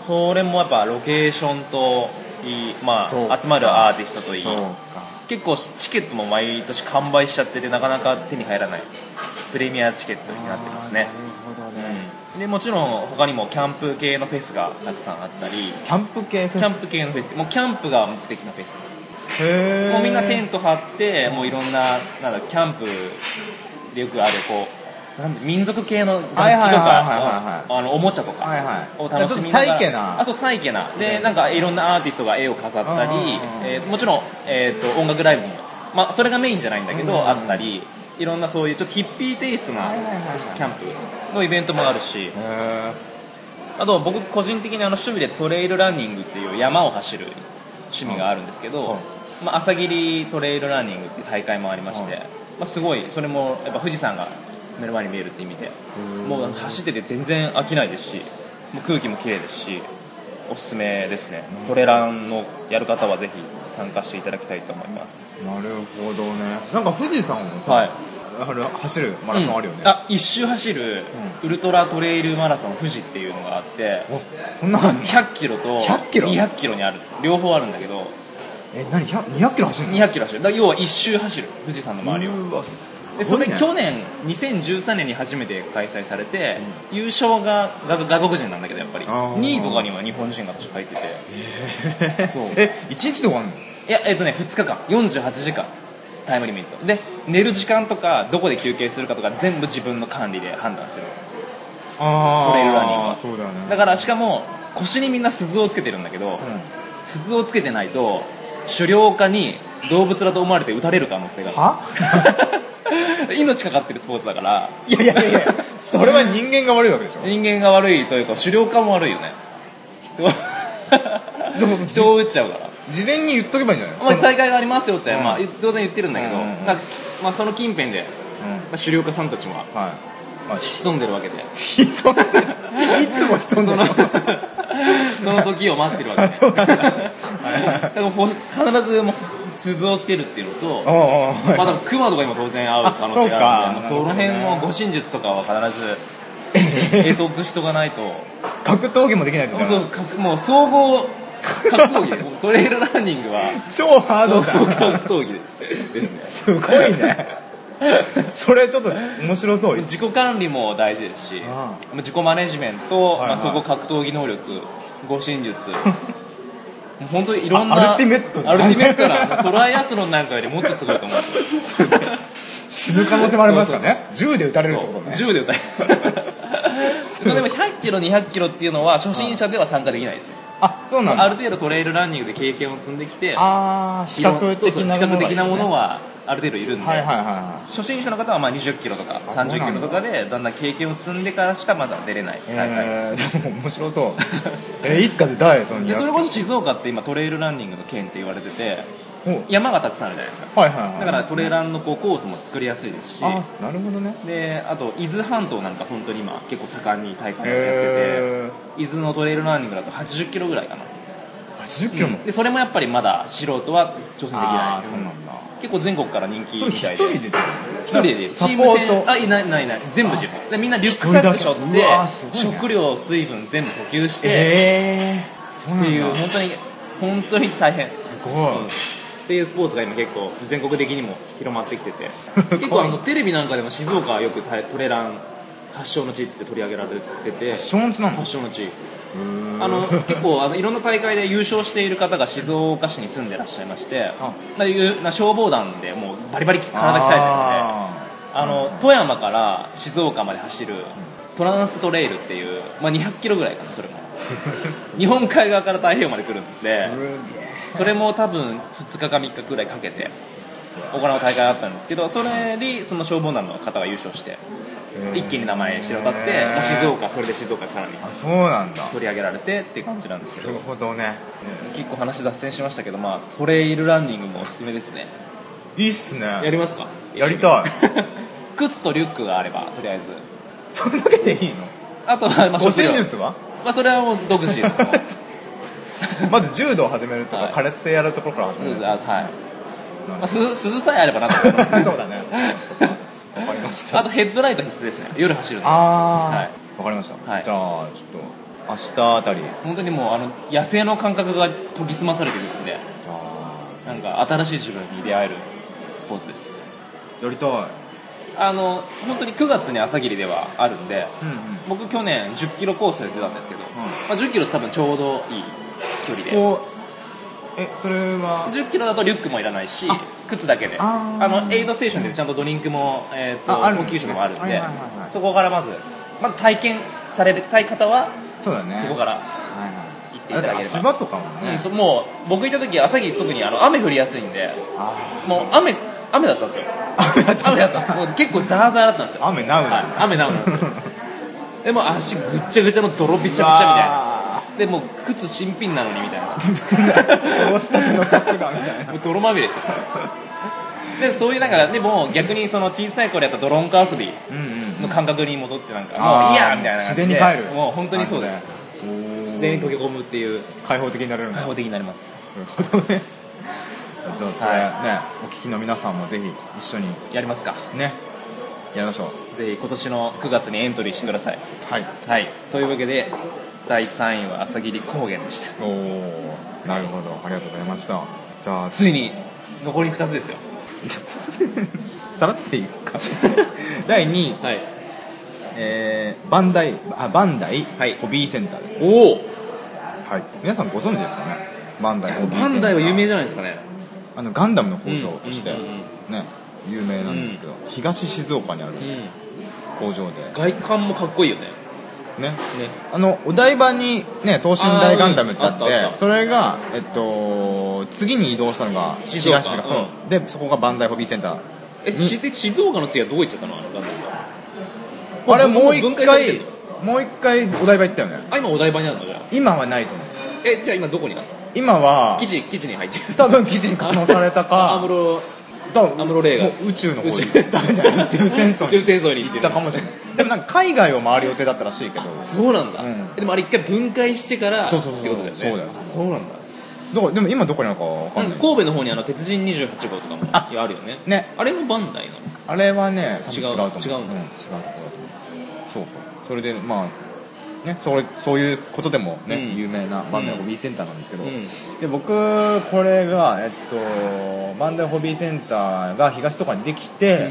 Speaker 1: それもやっぱロケーションといい、ま
Speaker 2: そう
Speaker 1: あ、
Speaker 2: か
Speaker 1: 集まるアーティストといい
Speaker 2: そうか
Speaker 1: 結構チケットも毎年完売しちゃっててなかなか手に入らないプレミアチケットになってますね
Speaker 2: あーなるほどね
Speaker 1: でもちろん他にもキャンプ系のフェスがたくさんあったり
Speaker 2: キャンプ系フ
Speaker 1: キ
Speaker 2: ェ
Speaker 1: ャン
Speaker 2: ス
Speaker 1: プ系のフェスもうキャンプが目的のフェス
Speaker 2: へー
Speaker 1: もうみんなテント張ってもういろんななんだキャンプでよくあるこうなんで民族系の楽器と
Speaker 2: はいはいはいはいは
Speaker 1: か
Speaker 2: い
Speaker 1: あのおもちゃとか
Speaker 2: はいはい
Speaker 1: を楽しみなが
Speaker 2: ちょっとサイ
Speaker 1: ら
Speaker 2: ケな
Speaker 1: あそうサイケなでなんかいろんなアーティストが絵を飾ったり
Speaker 2: うんうんうん、
Speaker 1: えーもちろん、えー、と音楽ライブも、まあ、それがメインじゃないんだけど、
Speaker 2: うんうんうん
Speaker 1: あったりいろんなそういうちょっとヒッピーテイストな
Speaker 2: はいはいはいはい
Speaker 1: キャンプのイベントもあるし
Speaker 2: へ
Speaker 1: あと僕個人的にあの趣味でトレイルランニングっていう山を走る趣味があるんですけど、まあ、朝霧トレイルランニングっていう大会もありまして、
Speaker 2: うん
Speaker 1: まあ、すごいそれもやっぱ富士山が目の前に見えるって意味で
Speaker 2: うん
Speaker 1: もう走ってて全然飽きないですしもう空気も綺麗ですしおすすめですねトレランのやる方はぜひ参加していただきたいと思います
Speaker 2: ーなるほどねなんか富士山をさ、
Speaker 1: はい
Speaker 2: あれ走るマラソンあるよね、
Speaker 1: うんあ一周走るウルトラトレイルマラソン富士っていうのがあって
Speaker 2: おそんなのあんの
Speaker 1: 100キロと
Speaker 2: 100キロ
Speaker 1: 200キロにある両方あるんだけど
Speaker 2: え何100 200キロ走るの
Speaker 1: 200キロ走るだから要は一周走る富士山の周りを
Speaker 2: うわす
Speaker 1: でそ
Speaker 2: ごい
Speaker 1: れ
Speaker 2: ね
Speaker 1: 去年2013年に初めて開催されて、優勝がが外国人なんだけどやっぱり
Speaker 2: あー
Speaker 1: 2位とかには日本人が入っててそう
Speaker 2: え一日で終わんの
Speaker 1: いやえっ、とね2日間48時間タイムリミットで寝る時間とかどこで休憩するかとか全部自分の管理で判断する
Speaker 2: あ
Speaker 1: トレイルランニングは
Speaker 2: そうだよね
Speaker 1: だからしかも腰にみんな鈴をつけてるんだけど、
Speaker 2: うん
Speaker 1: 鈴をつけてないと狩猟家に動物だと思われて撃たれる可能性がある
Speaker 2: は
Speaker 1: (laughs) 命かかってるスポーツだから
Speaker 2: いやいやいやいや (laughs) それは人間が悪いわけでしょ
Speaker 1: 人間が悪いというか狩猟家も悪いよね人は (laughs)
Speaker 2: でも
Speaker 1: 人を撃っちゃうから
Speaker 2: 事前に言っとけばいいんじゃない
Speaker 1: まあ大会がありますよって、
Speaker 2: うん
Speaker 1: まあ、当然言ってるんだけど、
Speaker 2: うんうんうん
Speaker 1: なんかまあ、その近辺で、
Speaker 2: そのうん
Speaker 1: まあ、狩猟家さんたちは
Speaker 2: はいまあ
Speaker 1: 潜んでるわけで
Speaker 2: (laughs) 潜んでるいつも潜ん
Speaker 1: そ
Speaker 2: でる
Speaker 1: のその (laughs) 時を待ってるわけ (laughs)
Speaker 2: あ
Speaker 1: です
Speaker 2: そうなんだはい
Speaker 1: だからほ必ずもう鈴をつけるっていうのと
Speaker 2: (laughs) おうおうおい
Speaker 1: まあ、でもクマとかにも当然会う可能性があるんで
Speaker 2: あ
Speaker 1: そ
Speaker 2: そうか
Speaker 1: の辺
Speaker 2: なるほど
Speaker 1: の
Speaker 2: ね
Speaker 1: 護身術とかは必ず得得しとかないと
Speaker 2: (laughs) 格闘技もできないとダメ
Speaker 1: そうかもう総合格闘技ですトレイルランニングは
Speaker 2: 超ハードじ
Speaker 1: 総合格
Speaker 2: ゃん
Speaker 1: 闘技ですね
Speaker 2: すごいねそれちょっと面白そう
Speaker 1: 自己管理も大事ですし
Speaker 2: あ
Speaker 1: 自己マネジメント、
Speaker 2: はいはい
Speaker 1: まあ、総合格闘技能力護身
Speaker 2: (laughs)
Speaker 1: 術もう本当にいろん
Speaker 2: あ
Speaker 1: な
Speaker 2: アルティメットだ
Speaker 1: アルティメットなもうトライアスロンなんかよりもっとすごいと思うんですよ
Speaker 2: 死ぬ可能性もありますからね銃で撃たれるって
Speaker 1: そ
Speaker 2: こと
Speaker 1: う
Speaker 2: ね
Speaker 1: 銃で歌える (laughs) それでも100キロ200キロっていうのは初心者では参加できないですね
Speaker 2: あそうなん
Speaker 1: あ
Speaker 2: だ
Speaker 1: る程度トレイルランニングで経験を積んできて
Speaker 2: あー視覚的な
Speaker 1: そうそう視覚的なもの
Speaker 2: は
Speaker 1: はある程度いるんで、
Speaker 2: はいはいはいは
Speaker 1: 初心者の方はまあ20キロとか
Speaker 2: あそうなんだ
Speaker 1: 30キロとかでだんだん経験を積んでからしかまだ出れない
Speaker 2: い
Speaker 1: 大会、
Speaker 2: えー、でも面白そうえーいつか出たいその
Speaker 1: でそれこそ静岡って今トレイルランニングの県って言われてて
Speaker 2: ほう
Speaker 1: 山がたくさんあるじゃないですか
Speaker 2: はいはいはい
Speaker 1: だからトレイランのこうコースも作りやすいですし
Speaker 2: あなるほどね
Speaker 1: であと伊豆半島なんか本当に今結構盛んに大会をやってて、
Speaker 2: え
Speaker 1: 伊豆のトレイルランニングだと80キロぐらいかな、
Speaker 2: ー、80キロも、
Speaker 1: でそれもやっぱりまだ素人は挑戦でき
Speaker 2: あ
Speaker 1: な
Speaker 2: あ
Speaker 1: い
Speaker 2: そうなんだ
Speaker 1: 結構全国から人気
Speaker 2: そ
Speaker 1: み
Speaker 2: れ一
Speaker 1: たい
Speaker 2: 人
Speaker 1: で
Speaker 2: で出てる
Speaker 1: 一人でです
Speaker 2: サポ
Speaker 1: チーム
Speaker 2: ー
Speaker 1: 戦
Speaker 2: ト
Speaker 1: あいないいないいない全部自分でみんなリュックサック背負っ
Speaker 2: 一人だけ
Speaker 1: て
Speaker 2: うわーすごいね
Speaker 1: 食料水分全部補給して、
Speaker 2: えー、そう
Speaker 1: っていう
Speaker 2: なんだ
Speaker 1: 本当に本当に大変
Speaker 2: すごい、
Speaker 1: うんっていうスポーツが今結構全国的にも広まってきて
Speaker 2: (laughs)
Speaker 1: て結構あのテレビなんかでも静岡はよくタイトレラン発祥の地って取り上げられてて
Speaker 2: 初日なの
Speaker 1: 発祥の地
Speaker 2: うーん
Speaker 1: あ
Speaker 2: (laughs)
Speaker 1: の結構あのいろんな大会で優勝している方が静岡市に住んでらっしゃいまして
Speaker 2: あ
Speaker 1: ないうな消防団でもうバリバリ体鍛えてるのであの富山から静岡まで走るトランストレイルっていう、まあ、200キロぐらいかなそれも日本海側から太平洋まで来るんですで
Speaker 2: あーすげえ
Speaker 1: それも多分2日か3日くらいかけて行う大会があったんですけどそれにその消防団の方が優勝して
Speaker 2: へー
Speaker 1: 一気に名前知らたって、まあ静岡それで静岡さらに
Speaker 2: あそうなんだ
Speaker 1: 取り上げられてっていう感じなんですけ
Speaker 2: な
Speaker 1: ど
Speaker 2: るほどね
Speaker 1: 結構話脱線しましたけど、まあ、トレイルランニングもおすすめですね
Speaker 2: いいっすね
Speaker 1: やりますか
Speaker 2: やりたい
Speaker 1: (laughs) 靴とリュックがあればとりあえず
Speaker 2: それだけでいいの
Speaker 1: あとはまあ
Speaker 2: 護
Speaker 1: 食料
Speaker 2: 身術は
Speaker 1: まあそれはもう独
Speaker 2: (laughs)
Speaker 1: 自そう
Speaker 2: まず柔道始めるとか、
Speaker 1: はい
Speaker 2: 空手やるところから始め
Speaker 1: で
Speaker 2: る
Speaker 1: す
Speaker 2: と
Speaker 1: あ
Speaker 2: か
Speaker 1: はい、
Speaker 2: な
Speaker 1: ま
Speaker 2: る
Speaker 1: あ、鈴鈴さえあればなんとか
Speaker 2: そうだねわかりました
Speaker 1: (laughs) あとヘッドライト必須ですね夜走るの
Speaker 2: あ
Speaker 1: は
Speaker 2: あ
Speaker 1: はい
Speaker 2: わかりました、
Speaker 1: はい
Speaker 2: じゃあちょっと明日あたり
Speaker 1: 本当にもうあの野生の感覚が研ぎ澄まされてるんで
Speaker 2: あ
Speaker 1: なんか新しい自分に出会えるスポーツです
Speaker 2: ーやりたい
Speaker 1: あの本当に9月に朝霧ではあるんで
Speaker 2: うんうん
Speaker 1: 僕去年1 0キロコースで出たんですけど、まあ、1 0キロ多分ちょうどいい距離で
Speaker 2: こうえそれは
Speaker 1: 1 0キロだとリュックもいらないし靴だけで
Speaker 2: あ
Speaker 1: あ
Speaker 2: ー
Speaker 1: のエイドステーションでちゃんとドリンクも、えー、と
Speaker 2: ああるん
Speaker 1: 補
Speaker 2: で
Speaker 1: 給
Speaker 2: す
Speaker 1: 酒
Speaker 2: ね
Speaker 1: もあるんで、
Speaker 2: はいはいはいはい
Speaker 1: そこからまずまず体験されたい方は
Speaker 2: そうだね
Speaker 1: そこから
Speaker 2: は
Speaker 1: 行
Speaker 2: い
Speaker 1: ってい
Speaker 2: は
Speaker 1: た
Speaker 2: い
Speaker 1: だ
Speaker 2: だ
Speaker 1: け
Speaker 2: って
Speaker 1: れ
Speaker 2: 足
Speaker 1: ば、
Speaker 2: 場とかも
Speaker 1: う
Speaker 2: ね
Speaker 1: ん、、そもう僕行った時朝霧特にあの雨降りやすいんで
Speaker 2: あ
Speaker 1: もう雨雨だったんですよ
Speaker 2: あ雨だった
Speaker 1: (laughs) 雨だ
Speaker 2: (laughs)
Speaker 1: ったんですもう結構ザーザーだったんですよ
Speaker 2: 雨なう
Speaker 1: はい
Speaker 2: な、
Speaker 1: 雨なうなん
Speaker 2: (laughs)
Speaker 1: ですよでもう足ぐっちゃぐちゃの泥びちゃびちゃみたいなでもう靴新品なのにみたいな
Speaker 2: どうしたての柵がみたいな
Speaker 1: もう泥まみれですよでそういうなんかでも逆にその小さい頃やったドロンカ遊び
Speaker 2: うんうん
Speaker 1: の感覚に戻ってなんか
Speaker 2: あー
Speaker 1: もういいやみたいな
Speaker 2: 自
Speaker 1: 感
Speaker 2: 然
Speaker 1: じ
Speaker 2: に
Speaker 1: で
Speaker 2: 帰る
Speaker 1: もう本当にそうです
Speaker 2: おー
Speaker 1: 自然に溶け込むっていう
Speaker 2: 開放的になれるんだ
Speaker 1: 開
Speaker 2: な
Speaker 1: 放的になります
Speaker 2: るほどねじゃあそれ、
Speaker 1: は
Speaker 2: ねお聞きの皆さんもぜひ一緒に
Speaker 1: やりますか
Speaker 2: ねやりましょう
Speaker 1: ぜひ今年の9月にエントリーしてください
Speaker 2: はい
Speaker 1: はいというわけで第3位は朝霧高原でした
Speaker 2: おおなるほどありがとうございましたじゃあ
Speaker 1: ついに残り2つですよ
Speaker 2: さらっていくか (laughs) 第2位、
Speaker 1: はい
Speaker 2: えーバンダイあバンダイ、
Speaker 1: はい
Speaker 2: ホビーセンターです、
Speaker 1: おお
Speaker 2: はい、皆さんご存知ですかねバンダイホビーセンタ
Speaker 1: バ
Speaker 2: ー
Speaker 1: ンダイは有名じゃないですかね
Speaker 2: あのガンダムの工場として、
Speaker 1: うんうん
Speaker 2: ね有名なんですけど、東静岡にある
Speaker 1: うん
Speaker 2: 工場で、
Speaker 1: 外観もかっこいいよね
Speaker 2: ね
Speaker 1: ね
Speaker 2: あのお台場にね等身大ガンダムってあって
Speaker 1: あーうんあったあった
Speaker 2: それがえっと次に移動したのが
Speaker 1: 静岡
Speaker 2: 東そう、でそこがバンダイホビーセンター
Speaker 1: えし静岡の次はどこ行っちゃったのあのガンダムはこ
Speaker 2: あ
Speaker 1: れ
Speaker 2: れもう一
Speaker 1: 分解されて
Speaker 2: 回
Speaker 1: んの
Speaker 2: もう一回お台場行ったよね
Speaker 1: あ今お台場にあるのじゃあ
Speaker 2: 今はないと思う
Speaker 1: えじゃあ今どこにあるの
Speaker 2: 今は
Speaker 1: 基地基地に入ってる
Speaker 2: 多分記事に可能された
Speaker 1: (laughs) アム
Speaker 2: か
Speaker 1: ロ
Speaker 2: 多分
Speaker 1: アムロレイが
Speaker 2: もう宇宙の方に
Speaker 1: 宇宙
Speaker 2: 行ったんじゃない宇宙戦争
Speaker 1: 宇宙
Speaker 2: に
Speaker 1: 戦争に行って
Speaker 2: 行っ
Speaker 1: る
Speaker 2: たかもしれないでもなんか海外を回る予定だったらしいけど
Speaker 1: そうなんだ、
Speaker 2: うん
Speaker 1: でもあれ一回分解してから
Speaker 2: そうそうそう
Speaker 1: ってことだよね
Speaker 2: そうだよ
Speaker 1: あそうなんだ
Speaker 2: どこでも今どこにあるかわか
Speaker 1: なんん
Speaker 2: な
Speaker 1: か
Speaker 2: い
Speaker 1: 神戸の方にあの鉄人28号とかも
Speaker 2: あ
Speaker 1: いやあるよね
Speaker 2: ね
Speaker 1: あれもバンダイなの
Speaker 2: あれはね多分
Speaker 1: 違う
Speaker 2: 違うと思う
Speaker 1: 違うの
Speaker 2: ん違うところだと思うそうそうそれでまあねそれそういうことでもね、
Speaker 1: うん
Speaker 2: 有名なバンダイホビーセンターなんですけど、
Speaker 1: うん
Speaker 2: で僕これがえっとバンダイホビーセンターが東とかにできて、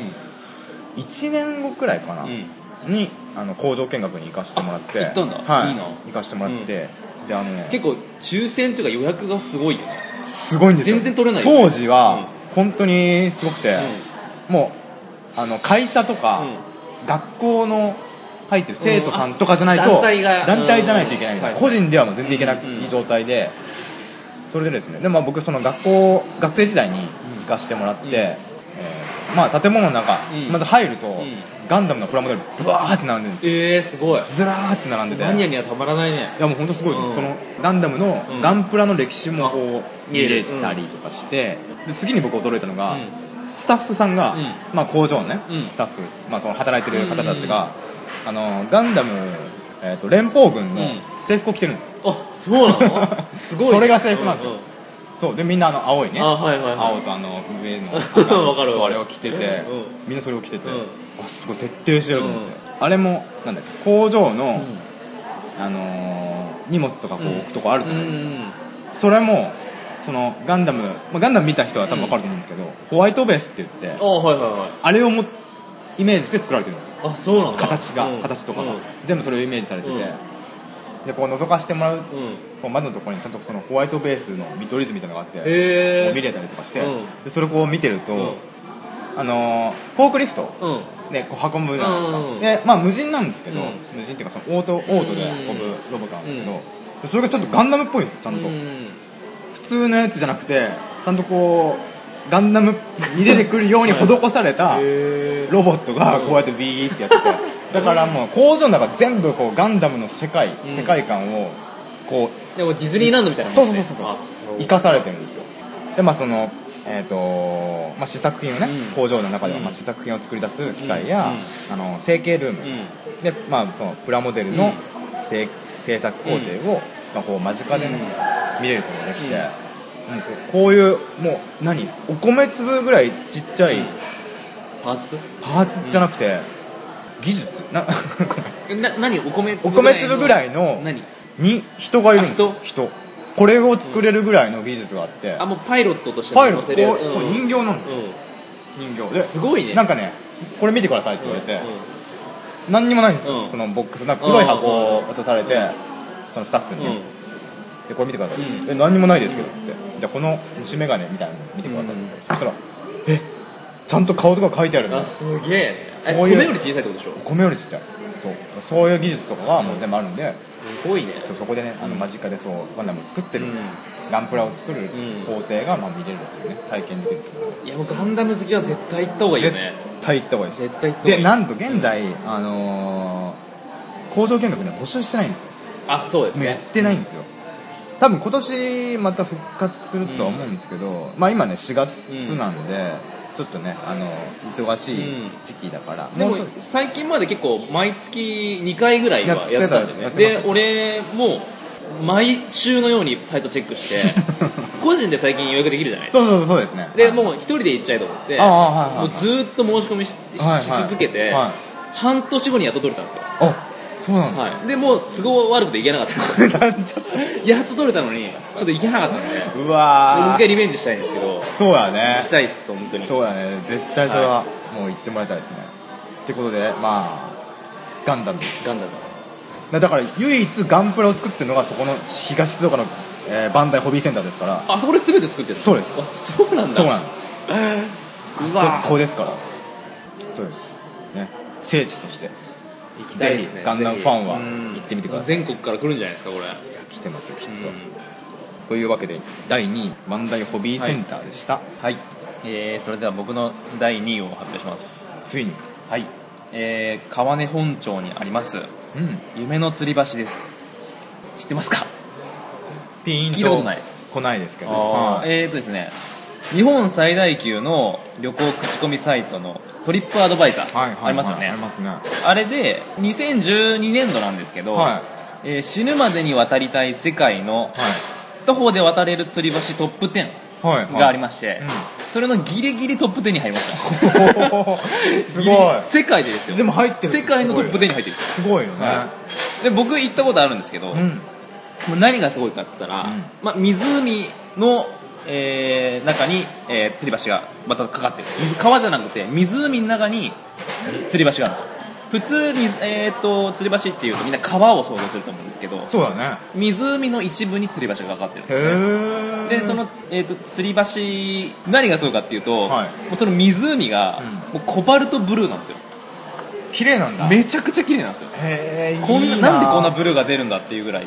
Speaker 2: 1年後くらいかな、
Speaker 1: うん
Speaker 2: にあの工場見学に行かせてもらって
Speaker 1: あ行ったんだ
Speaker 2: はい
Speaker 1: いいな
Speaker 2: 行かせてもらって、であのね
Speaker 1: 結構抽選というか予約がすごいよね
Speaker 2: すごいんですよ
Speaker 1: 全然取れないよね
Speaker 2: 当時は、本当にすごくて、もうあの会社とか、学校の入ってる生徒さんとかじゃないと、
Speaker 1: うんあ団体が
Speaker 2: 団体じゃないといけない、
Speaker 1: うんはい
Speaker 2: 個人ではもう全然いけな
Speaker 1: うんう
Speaker 2: い
Speaker 1: ん
Speaker 2: 状態で、それでですねで、まあ、僕その学校学生時代に行かしてもらって、
Speaker 1: うん
Speaker 2: えーまあ、建物の中、
Speaker 1: うん
Speaker 2: まず入ると、
Speaker 1: ん
Speaker 2: ガンダムのプラモデルブワーって並んでるんですよ
Speaker 1: ええー、すごい
Speaker 2: ずらーって並んでて
Speaker 1: マニアにはたまらないね
Speaker 2: いやもう本当すごい、
Speaker 1: うん
Speaker 2: そのガンダムの
Speaker 1: うん
Speaker 2: ガンプラの歴史もこう
Speaker 1: あ
Speaker 2: 見れたりとかして、で次に僕驚いたのが、
Speaker 1: うん
Speaker 2: スタッフさんが、
Speaker 1: うん
Speaker 2: まあ、工場のね、
Speaker 1: うん
Speaker 2: スタッフ、まあ、その働いてる方たちが、あのガンダム、えー、と連邦軍
Speaker 1: う
Speaker 2: の
Speaker 1: ん
Speaker 2: 制服を着てるんですよ、
Speaker 1: あそうな
Speaker 2: (laughs)
Speaker 1: のすごいね、
Speaker 2: それが制服なんですよそうでみんなあの青いね
Speaker 1: あはいはいはい
Speaker 2: 青とあの上
Speaker 1: (laughs)
Speaker 2: の
Speaker 1: わかるわかる
Speaker 2: そうあれを着てて、
Speaker 1: う
Speaker 2: みんなそれを着てて、
Speaker 1: う
Speaker 2: あすごい徹底してると思って、あれもなんだっけ工場の、あのー荷物とかこう置くとこあるじゃないですか、それもそのガンダム、まあ、ガンダム見た人は多分分かると思うんですけど、ホワイトベースって言って
Speaker 1: あはいはいはい
Speaker 2: あれをもイメージして作られてるんですよ
Speaker 1: あそうなんだ
Speaker 2: 形が、
Speaker 1: うん
Speaker 2: 形とか
Speaker 1: う
Speaker 2: が、
Speaker 1: ん
Speaker 2: 全部それをイメージされてて、
Speaker 1: うん
Speaker 2: でこう覗かしてもらう
Speaker 1: うん
Speaker 2: こう窓のところにちゃんとそのホワイトベースの見取り図みたいなのがあって、
Speaker 1: へ
Speaker 2: こ
Speaker 1: え
Speaker 2: う見れたりとかして、
Speaker 1: うん
Speaker 2: でそれをこう見てると、
Speaker 1: うん
Speaker 2: あのーフォークリフト
Speaker 1: うん
Speaker 2: でこう運ぶじゃないですか、
Speaker 1: うん
Speaker 2: でまあ無人なんですけど、
Speaker 1: うん
Speaker 2: 無人っていうかそのオートオートで運ぶロボットなんですけど、
Speaker 1: うん
Speaker 2: でそれがちょっとガンダムっぽいんですよちゃんと、
Speaker 1: うん
Speaker 2: 普通のやつじゃなくてちゃんとこうガンダムに出てくるように施された
Speaker 1: へー
Speaker 2: ロボットがこうやってビーってやっててだからもう工場の中全部こうガンダムの世界、
Speaker 1: うん
Speaker 2: 世界観をこ
Speaker 1: でもディズニーランドみたいな
Speaker 2: う
Speaker 1: も
Speaker 2: そうんそう
Speaker 1: ね
Speaker 2: そうそう
Speaker 1: あ
Speaker 2: 生かされてるんですよでまあそのえーとまあ、試作品をね、
Speaker 1: うん
Speaker 2: 工場の中では、
Speaker 1: うん
Speaker 2: まあ、試作品を作り出す機械や、あの成形ルーム、
Speaker 1: うん
Speaker 2: で、まあ、そのプラモデルの製,、制作工程を、まあ、こう間近で、ね見れることができて、
Speaker 1: うん
Speaker 2: なんかこういうもう何お米粒ぐらいちっちゃい
Speaker 1: パーツ
Speaker 2: パーツじゃなくて、技術な
Speaker 1: えな何お米
Speaker 2: お
Speaker 1: 粒ぐらいの
Speaker 2: 米粒ぐらいの
Speaker 1: 何
Speaker 2: に人がいるんですよ
Speaker 1: あ
Speaker 2: 人これを作れるぐらいの技術があって、
Speaker 1: あもうパイロットとして
Speaker 2: パイロ
Speaker 1: 乗せるや
Speaker 2: ッ
Speaker 1: つ
Speaker 2: トこう
Speaker 1: うん
Speaker 2: 人形なんですよ
Speaker 1: う
Speaker 2: 人形
Speaker 1: ん
Speaker 2: です
Speaker 1: ごいね
Speaker 2: なんかねこれ見てくださいって言われて、
Speaker 1: うんうん
Speaker 2: 何にもないんですよ、
Speaker 1: うん
Speaker 2: そのボックスなんか黒い箱を
Speaker 1: うん
Speaker 2: 渡されて、
Speaker 1: うん
Speaker 2: そのスタッフに、
Speaker 1: うん
Speaker 2: でこれ見てください、
Speaker 1: う
Speaker 2: え何にもないですけどっつってじゃあこの虫眼鏡みたいなの見てくださいっつって、そしたらえちゃんと顔とか書いてあるん
Speaker 1: あ
Speaker 2: です
Speaker 1: すげえねえ
Speaker 2: そういう
Speaker 1: 米より小さいってことでしょ
Speaker 2: 米よりちっちゃいそうそういう技術とかがもう全部あるんで、
Speaker 1: すごいね
Speaker 2: そうそこでねあの
Speaker 1: うん
Speaker 2: 間近でそうガンダムを作ってる、
Speaker 1: うん
Speaker 2: ガンプラを作る
Speaker 1: うん
Speaker 2: 工程がまあ見れるんですよね体験できるんですよ
Speaker 1: いやもうガンダム好きは絶対行った方がいいよ
Speaker 2: 絶
Speaker 1: ね
Speaker 2: 対行った方がいいです
Speaker 1: 絶対行った方がいい
Speaker 2: でなんと現在、あのー工場見学ね募集してないんですよ
Speaker 1: あそうです
Speaker 2: もうやっ
Speaker 1: ね
Speaker 2: てないんですよ多分今年また復活するとは思うんですけど、まあ今ね4月なんで、ちょっとねあの忙しい時期だから、
Speaker 1: でも
Speaker 2: うちょい
Speaker 1: 最近まで結構毎月2回ぐらいはやってたんだ
Speaker 2: や
Speaker 1: よ
Speaker 2: っ
Speaker 1: ね
Speaker 2: てたやっ
Speaker 1: で
Speaker 2: て
Speaker 1: 俺もう毎週のようにサイトチェック
Speaker 2: (laughs)
Speaker 1: して個人で最近予約できるじゃないですか
Speaker 2: そうそうそうそうですね
Speaker 1: でもう一人で行っちゃえと思って
Speaker 2: ああはいはいは
Speaker 1: も
Speaker 2: いう
Speaker 1: ずーっと申し込みし
Speaker 2: はいはい
Speaker 1: し続けて
Speaker 2: はい
Speaker 1: 半年後にやっと取れたんですよ
Speaker 2: あそうなんだ、
Speaker 1: はいでもう都合悪くて行けなかったん
Speaker 2: (laughs)
Speaker 1: ですよやっと取れたのにちょっと行けなかったんで
Speaker 2: う
Speaker 1: でもう
Speaker 2: わ
Speaker 1: 一
Speaker 2: ー
Speaker 1: 回リベンジしたいんですけど
Speaker 2: そうだね
Speaker 1: 行きたいっす本当に
Speaker 2: そうだね絶対それはもう行ってもらいたいですね、ってことでまあガンダム
Speaker 1: ガンダム
Speaker 2: だから唯一ガンプラを作ってるのがそこの東静岡の、えーバンダイホビーセンターですから
Speaker 1: あそこで全て作ってるの
Speaker 2: そうです
Speaker 1: あそうなんだ
Speaker 2: そうなんです
Speaker 1: うわ
Speaker 2: あそこですからそうですね聖地として
Speaker 1: 行きたい
Speaker 2: ぜ
Speaker 1: で
Speaker 2: ひ
Speaker 1: すね
Speaker 2: ガンダムファンは
Speaker 1: ぜ
Speaker 2: 行ってみて
Speaker 1: ひ
Speaker 2: ください
Speaker 1: 全国から来るんじゃないですかこれ
Speaker 2: 来てますよきっと、
Speaker 1: うん
Speaker 2: というわけで第2位バンダイホビーセンターでした、
Speaker 1: はい、えーそれでは僕の第2位を発表します
Speaker 2: ついに
Speaker 1: はい、えー川根本町にあります
Speaker 2: うん
Speaker 1: 夢の吊り橋です知ってますか
Speaker 2: ピーンと
Speaker 1: 聞いたことない
Speaker 2: 来ないですけど、
Speaker 1: あ
Speaker 2: は
Speaker 1: ー
Speaker 2: い
Speaker 1: えーとですね日本最大級の旅行口コミサイトのトリップアドバイザ
Speaker 2: はいはい
Speaker 1: ーありますよね
Speaker 2: ありますね
Speaker 1: あれで2012年度なんですけど、
Speaker 2: はい
Speaker 1: えー死ぬまでに渡りたい世界の徒歩で渡れる吊り橋トップ10
Speaker 2: はいはい
Speaker 1: がありまして、
Speaker 2: う
Speaker 1: それのギリギリトップ10に入りました (laughs)
Speaker 2: おー (laughs) すごい
Speaker 1: 世界でですよ
Speaker 2: でも入ってる
Speaker 1: 世界のトップ10に入ってるんです
Speaker 2: ごいよね、
Speaker 1: すよ、はい、で僕行ったことあるんですけど、
Speaker 2: う
Speaker 1: も
Speaker 2: ん
Speaker 1: う何がすごいかっつったら、
Speaker 2: うん
Speaker 1: まあ、湖の、えー中に、えー吊り橋がまたかかってる水川じゃなくて湖の中に吊り橋があるんですよ普通水、えー、と吊り橋っていうとみんな川を想像すると思うんですけど
Speaker 2: そうだね
Speaker 1: 湖の一部に吊り橋がかかってるんですね
Speaker 2: へえ
Speaker 1: でその、えー、と吊り橋何がすごいかっていうと、
Speaker 2: はい
Speaker 1: もうその湖が、もうコバルトブルーなんですよ
Speaker 2: 綺麗なんだ
Speaker 1: めちゃくちゃ綺麗なんですよ
Speaker 2: へえ
Speaker 1: こんななんでこんな
Speaker 2: ま
Speaker 1: ブルーが出るんだっていうぐらい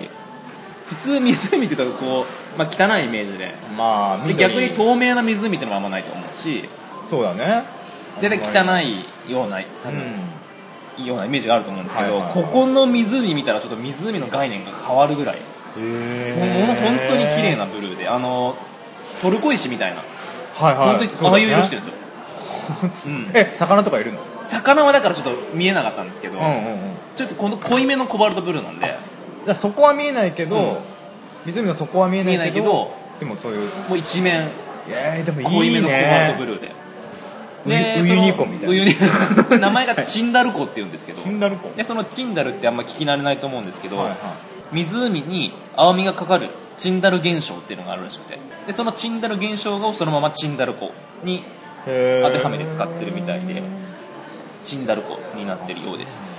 Speaker 1: 普通湖っていうとこう、まあ、汚いイメージで
Speaker 2: あ
Speaker 1: で
Speaker 2: 緑
Speaker 1: 逆に透明な湖っていうのもあんまないと思うし
Speaker 2: そうだね
Speaker 1: 大体汚
Speaker 2: い
Speaker 1: いような多
Speaker 2: う
Speaker 1: 分、
Speaker 2: ん
Speaker 1: ようなイメージがあると思うんですけど、
Speaker 2: はいはいは
Speaker 1: こ
Speaker 2: い
Speaker 1: この湖見たらちょっと湖の概念が変わるぐらい、
Speaker 2: へ
Speaker 1: もうもう本当に綺麗
Speaker 2: な
Speaker 1: なブルーであのトルコ石みたいな
Speaker 2: はいはい
Speaker 1: 本当にああいう色してるんですよ、
Speaker 2: です
Speaker 1: うん
Speaker 2: え魚とかいるの
Speaker 1: 魚はだからちょっと見えなかったんですけど、
Speaker 2: うんうん
Speaker 1: ちょっとこの濃いめのコバルトブルーなんで
Speaker 2: じゃあそこは見えないけ
Speaker 1: うん
Speaker 2: ど湖の底は見え
Speaker 1: 見え
Speaker 2: な
Speaker 1: ないい
Speaker 2: け
Speaker 1: け
Speaker 2: ど
Speaker 1: ど
Speaker 2: でもそういう
Speaker 1: もう一面
Speaker 2: えーでも
Speaker 1: 濃
Speaker 2: い
Speaker 1: いめ
Speaker 2: い
Speaker 1: のコバルトブ
Speaker 2: ね
Speaker 1: ルーで
Speaker 2: ウユウユニコみたいな
Speaker 1: ウユニ
Speaker 2: (laughs)
Speaker 1: 名前がチンダル湖っていうんですけど
Speaker 2: チンダル湖
Speaker 1: でそのチンダルってあんま聞き慣れないと思うんですけど、
Speaker 2: はいはい
Speaker 1: 湖に青みがかかるチンダル現象っていうのがあるらしくてでそのチンダル現象をそのままチンダル湖に
Speaker 2: へー
Speaker 1: 当てはめて使ってるみたいでチンダル湖になってるようです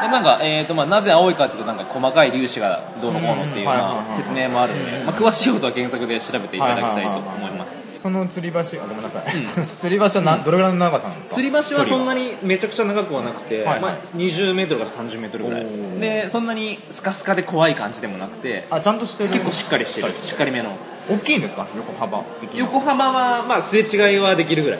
Speaker 1: でなんか、えーとまあ、なぜ青いかというとなんか細かい粒子がどうのこうのっていうよう
Speaker 2: うんはいはいはい
Speaker 1: な
Speaker 2: はい
Speaker 1: 説明もあるので、まあ、詳しいことは原作で調べていただきたいと
Speaker 2: は
Speaker 1: 思
Speaker 2: はいは
Speaker 1: ます
Speaker 2: その吊り橋あごめんなさい
Speaker 1: うん
Speaker 2: (laughs) 吊り橋はなどれぐらいの長さなんですか
Speaker 1: 吊り橋はそんな
Speaker 2: に
Speaker 1: にめちゃくちゃ長くはなくて、
Speaker 2: はいはい
Speaker 1: まあ、20メートルから30メートルぐら
Speaker 2: おー
Speaker 1: いでそんなにスカスカで怖い感じでもなくて
Speaker 2: あちゃんとしてる
Speaker 1: 結構しっかりしてるしっかりめの
Speaker 2: 大きいんですか横幅的に
Speaker 1: 横浜はまあすれ違いはできるぐらい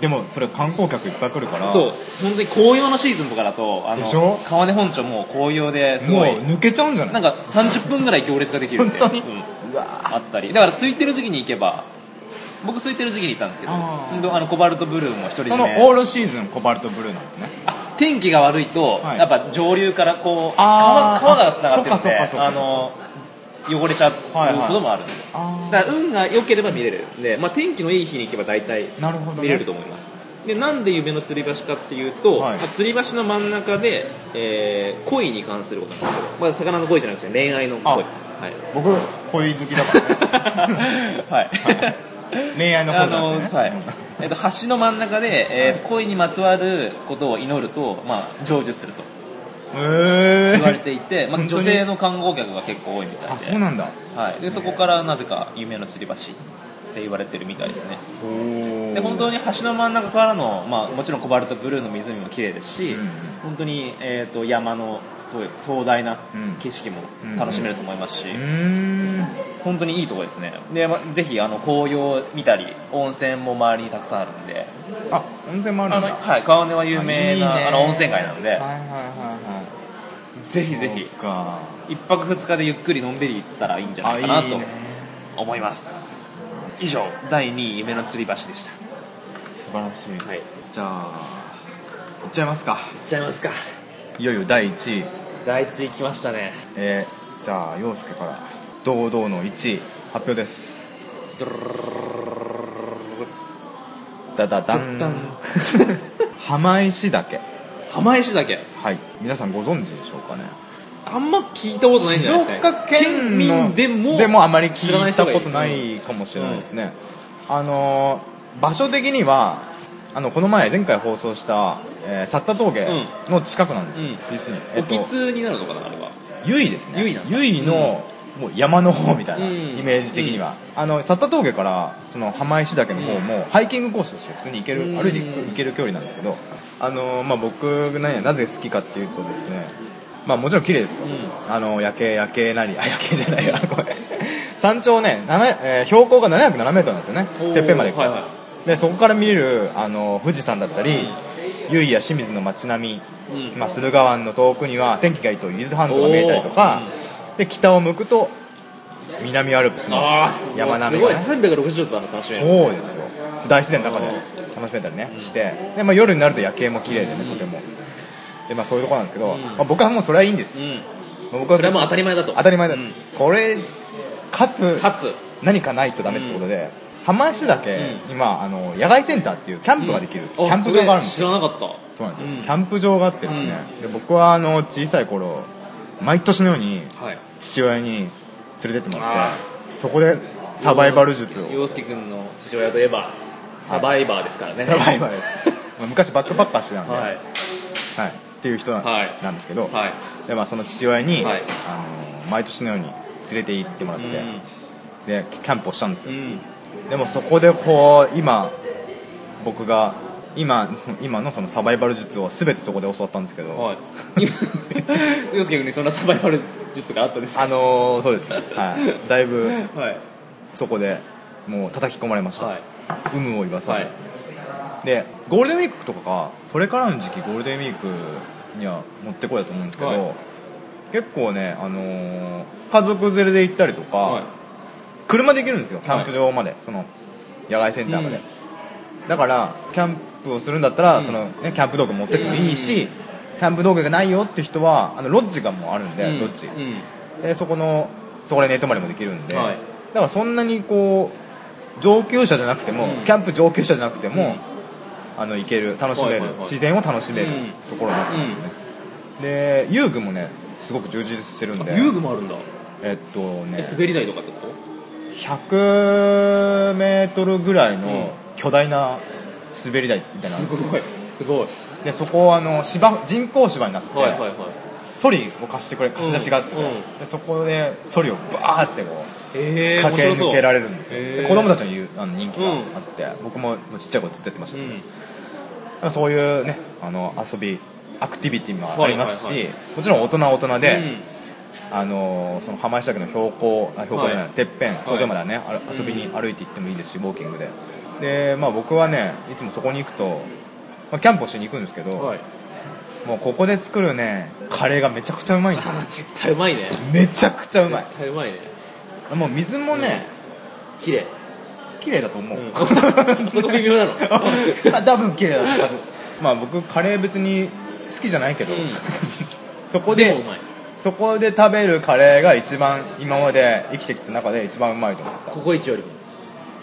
Speaker 2: でもそれ観光客いっぱい来るから
Speaker 1: そう本当に紅葉のシーズンとかだとあ
Speaker 2: でしょ
Speaker 1: の川根本町もう紅葉です
Speaker 2: もう
Speaker 1: ごい
Speaker 2: 抜けちゃうんじゃない
Speaker 1: なんか30分ぐらい行列ができるんで
Speaker 2: 本当に
Speaker 1: うん
Speaker 2: うわ
Speaker 1: あったりだから空いてる時期に行けば僕空いてる時期に行ったんですけど
Speaker 2: あー
Speaker 1: 本当あのコバルトブルーも独り
Speaker 2: そ
Speaker 1: 占
Speaker 2: の
Speaker 1: め
Speaker 2: オールシーズンコバルトブルーなんですね
Speaker 1: あ天気が悪いと、
Speaker 2: はい
Speaker 1: やっぱ上流からこう
Speaker 2: あ
Speaker 1: 川
Speaker 2: ー
Speaker 1: 川がつながってるん
Speaker 2: そっかそっか
Speaker 1: で
Speaker 2: そっか
Speaker 1: あの汚れちゃう
Speaker 2: はいはい
Speaker 1: こともあるんですよ、
Speaker 2: あー
Speaker 1: だから運が良ければ見れるんで、まあ、天気のいい日に行けば大体
Speaker 2: なるほどね
Speaker 1: 見れると思います、でなんで夢の吊り橋かっていうと、
Speaker 2: はい
Speaker 1: まあ吊り橋の真ん中で、えー恋に関することなんですけど、まあ、魚の恋じゃなくて恋愛の恋
Speaker 2: あ
Speaker 1: はい、
Speaker 2: 僕恋好き
Speaker 1: (laughs)
Speaker 2: だからね
Speaker 1: はい
Speaker 2: 恋愛の方
Speaker 1: あ
Speaker 2: じゃな
Speaker 1: の
Speaker 2: くて、ね、
Speaker 1: はいえっと、橋の真ん中で、えー恋にまつわることを祈ると、まあ、成就すると
Speaker 2: へ
Speaker 1: 言われ
Speaker 2: え
Speaker 1: ていて、まあ、
Speaker 2: 本当に
Speaker 1: 女性の観光客が結構多いみたいで
Speaker 2: あそうなんだ
Speaker 1: はい、でそこからなぜか夢の吊り橋って言われてるみたいですね
Speaker 2: おー
Speaker 1: で本当に橋の真ん中からの、まあ、もちろんコバルトブルーの湖も綺麗ですし、
Speaker 2: うん
Speaker 1: 本当に、えー、と山のすごい壮大な
Speaker 2: うん
Speaker 1: 景色も楽しめると思いますし、
Speaker 2: うーん
Speaker 1: 本当にいいとこですねで、まあ、ぜひあの紅葉見たり温泉も周りにたくさんあるんで
Speaker 2: あ温泉もある
Speaker 1: あ
Speaker 2: ん
Speaker 1: の、
Speaker 2: だ
Speaker 1: はい、川根は有名なあ
Speaker 2: いいね
Speaker 1: の温泉街なんで、
Speaker 2: はいはいはいはい
Speaker 1: ぜひぜひ
Speaker 2: そうか
Speaker 1: 一泊二日でゆっくりのんびり行ったらいいんじゃないかな
Speaker 2: あいいね
Speaker 1: と思います以上第2位夢の吊り橋でし
Speaker 2: 素晴らしい、
Speaker 1: たはいいっ
Speaker 2: じゃあいっちゃいますか
Speaker 1: ちゃいますか
Speaker 2: いよいよ第1位
Speaker 1: 第1位来ましたね
Speaker 2: えー、じゃあ陽介から堂々の1位発表ですだだだん浜石岳
Speaker 1: 釜石岳
Speaker 2: はい皆さんご存知でしょうかね
Speaker 1: あんま聞いたことないんじゃないですかね
Speaker 2: 県の
Speaker 1: 民でも
Speaker 2: でもあまり聞
Speaker 1: 知らない
Speaker 2: いた
Speaker 1: 人が
Speaker 2: ことな
Speaker 1: うん
Speaker 2: いかもしれないですね、あのー場所的にはあのこの前前回放送した、えー、サッタ峠の近くなんです
Speaker 1: う
Speaker 2: よ、
Speaker 1: ん
Speaker 2: 実に、
Speaker 1: おきつになるのかなあれは
Speaker 2: 由比ですね
Speaker 1: 由比なんだ
Speaker 2: の、もう山の方みたいな
Speaker 1: うん
Speaker 2: イメージ的には、あの佐田峠からその浜石岳の方もハイキングコースとして普通に行ける、
Speaker 1: うん
Speaker 2: 歩いて行ける距離なんですけどあの、まあ、僕がねなぜ好きかっていうとですねまあもちろん綺麗ですよ、
Speaker 1: う
Speaker 2: あの夜景夜景なり (laughs) あ夜景じゃないわこれ山頂ね、ななえー標高が7 0 7メートルなんですよね
Speaker 1: おー
Speaker 2: てっぺんまで行くと、
Speaker 1: はいは
Speaker 2: でそこから見れるあの富士山だったり、
Speaker 1: うん
Speaker 2: 由比や清水の街並み、
Speaker 1: うん
Speaker 2: まあ、駿河湾の遠くには天気がいいと伊豆半島が見えたりとか、で北を向くと南アルプスの
Speaker 1: あ
Speaker 2: 山並
Speaker 1: す
Speaker 2: み
Speaker 1: ご
Speaker 2: が
Speaker 1: い
Speaker 2: ね
Speaker 1: 360度だの楽しみ
Speaker 2: そうですよ大自然の中で楽しめたりねしてで、まあ、夜になると夜景も綺麗でねとてもで、まあ、そういうところなんですけど、
Speaker 1: うん
Speaker 2: まあ、僕はもうそれはいいんです、
Speaker 1: うん
Speaker 2: まあ僕は
Speaker 1: それはもう当たり前だと
Speaker 2: 当たり前だ、
Speaker 1: うん
Speaker 2: それかつ
Speaker 1: かつ
Speaker 2: 何かないとダメってことで、浜市だけ今あの野外センターっていうキャンプができる、キャンプ場があるんですよ
Speaker 1: 知らなかった
Speaker 2: そうなんですよ、
Speaker 1: うん
Speaker 2: キャンプ場があってですね、で僕はあの小さい頃毎年のように
Speaker 1: はい
Speaker 2: 父親に連れてってもら
Speaker 1: あ
Speaker 2: ってそこでサバイバル術を
Speaker 1: 洋介君の父親といえばサバイバーですからね
Speaker 2: サバイ
Speaker 1: (laughs)
Speaker 2: バルまあ昔バックパッカーしてたんで、は
Speaker 1: はいい
Speaker 2: っていう人なん,、
Speaker 1: はい
Speaker 2: なんですけど、
Speaker 1: はい
Speaker 2: でまあ、その父親に、
Speaker 1: はい
Speaker 2: あの毎年のように連れて行ってもらって、
Speaker 1: うん
Speaker 2: でキャンプをしたんです
Speaker 1: う
Speaker 2: よ、
Speaker 1: ん
Speaker 2: でもそこでこう今僕が今その今のそのサバイバル術を全てそこで教わったんですけど、
Speaker 1: はい今洋介君にそんなサバイバル術があったんですか
Speaker 2: あのーそう
Speaker 1: (laughs)
Speaker 2: ですね、はい、だいぶ
Speaker 1: はい
Speaker 2: そこでもう叩き込まれました、
Speaker 1: はい
Speaker 2: 有無を言わさず、
Speaker 1: はい
Speaker 2: でゴールデンウィークとかがこれからの時期ゴールデンウィークにはもってこいだと思うんですけど、
Speaker 1: はい
Speaker 2: 結構ね、あのー家族連れで行ったりとか、
Speaker 1: はい
Speaker 2: 車で行けるんですよキャンプ場まで、その野外センターまで、だからキャンプをするんだったら、
Speaker 1: うん
Speaker 2: そのね、キャンプ道具持ってってもいいし、キャンプ道具がないよって人はあのロッジがもうあるんで、
Speaker 1: うん
Speaker 2: ロッジ、
Speaker 1: うん
Speaker 2: でそこのそこで寝泊まりもできるんで、
Speaker 1: はい
Speaker 2: だからそんなにこう上級者じゃなくても、
Speaker 1: うん
Speaker 2: キャンプ上級者じゃなくても、あの行ける楽しめ
Speaker 1: は
Speaker 2: る、
Speaker 1: いはいはい
Speaker 2: 自然を楽しめる
Speaker 1: うん
Speaker 2: ところになってますね、で遊具もねすごく充実してるんで
Speaker 1: 遊具もあるんだ
Speaker 2: えっとね
Speaker 1: え滑り台とかってこと
Speaker 2: 100メートルぐらいの巨大な滑り台みたいなの
Speaker 1: すごいすごい
Speaker 2: でそこをあの芝人工芝になってて、
Speaker 1: はいはいはい
Speaker 2: ソリを貸してくれ貸し出しがあって、
Speaker 1: うんうん
Speaker 2: でそこでソリをバーってこう
Speaker 1: ええ
Speaker 2: 駆け抜けられるんですよ、で子供た
Speaker 1: ち
Speaker 2: ちの言うあの人気があって、僕もちっちゃい頃ずっとやってましたけど、まあそういうねあの遊びアクティビティもありますし、
Speaker 1: はいはい
Speaker 2: もちろん大人は大人で、あのーその浜下岳の標高あ標高じゃない、
Speaker 1: はい
Speaker 2: てっぺん頂上まではね、あら遊びに歩いて行ってもいいですしウォーキングでで、まあ、僕はねいつもそこに行くと、まあ、キャンプをしに行くんですけど、
Speaker 1: はい
Speaker 2: もうここで作るねカレーがめちゃくちゃうまいんですよ
Speaker 1: あ絶対うまいね
Speaker 2: めちゃくちゃうま
Speaker 1: 絶対うまいね
Speaker 2: いもう水もね、
Speaker 1: 綺麗
Speaker 2: 綺麗だと思う、
Speaker 1: (laughs) そこ微妙なの
Speaker 2: (laughs) あ多分綺麗だと思うまあ僕カレー別に好きじゃないけど、
Speaker 1: うん
Speaker 2: (laughs) そこ
Speaker 1: で
Speaker 2: で
Speaker 1: もうまい
Speaker 2: そこで食べるカレーが一番今まで生きてきた中で一番うまいと思っ
Speaker 1: ココイチよりも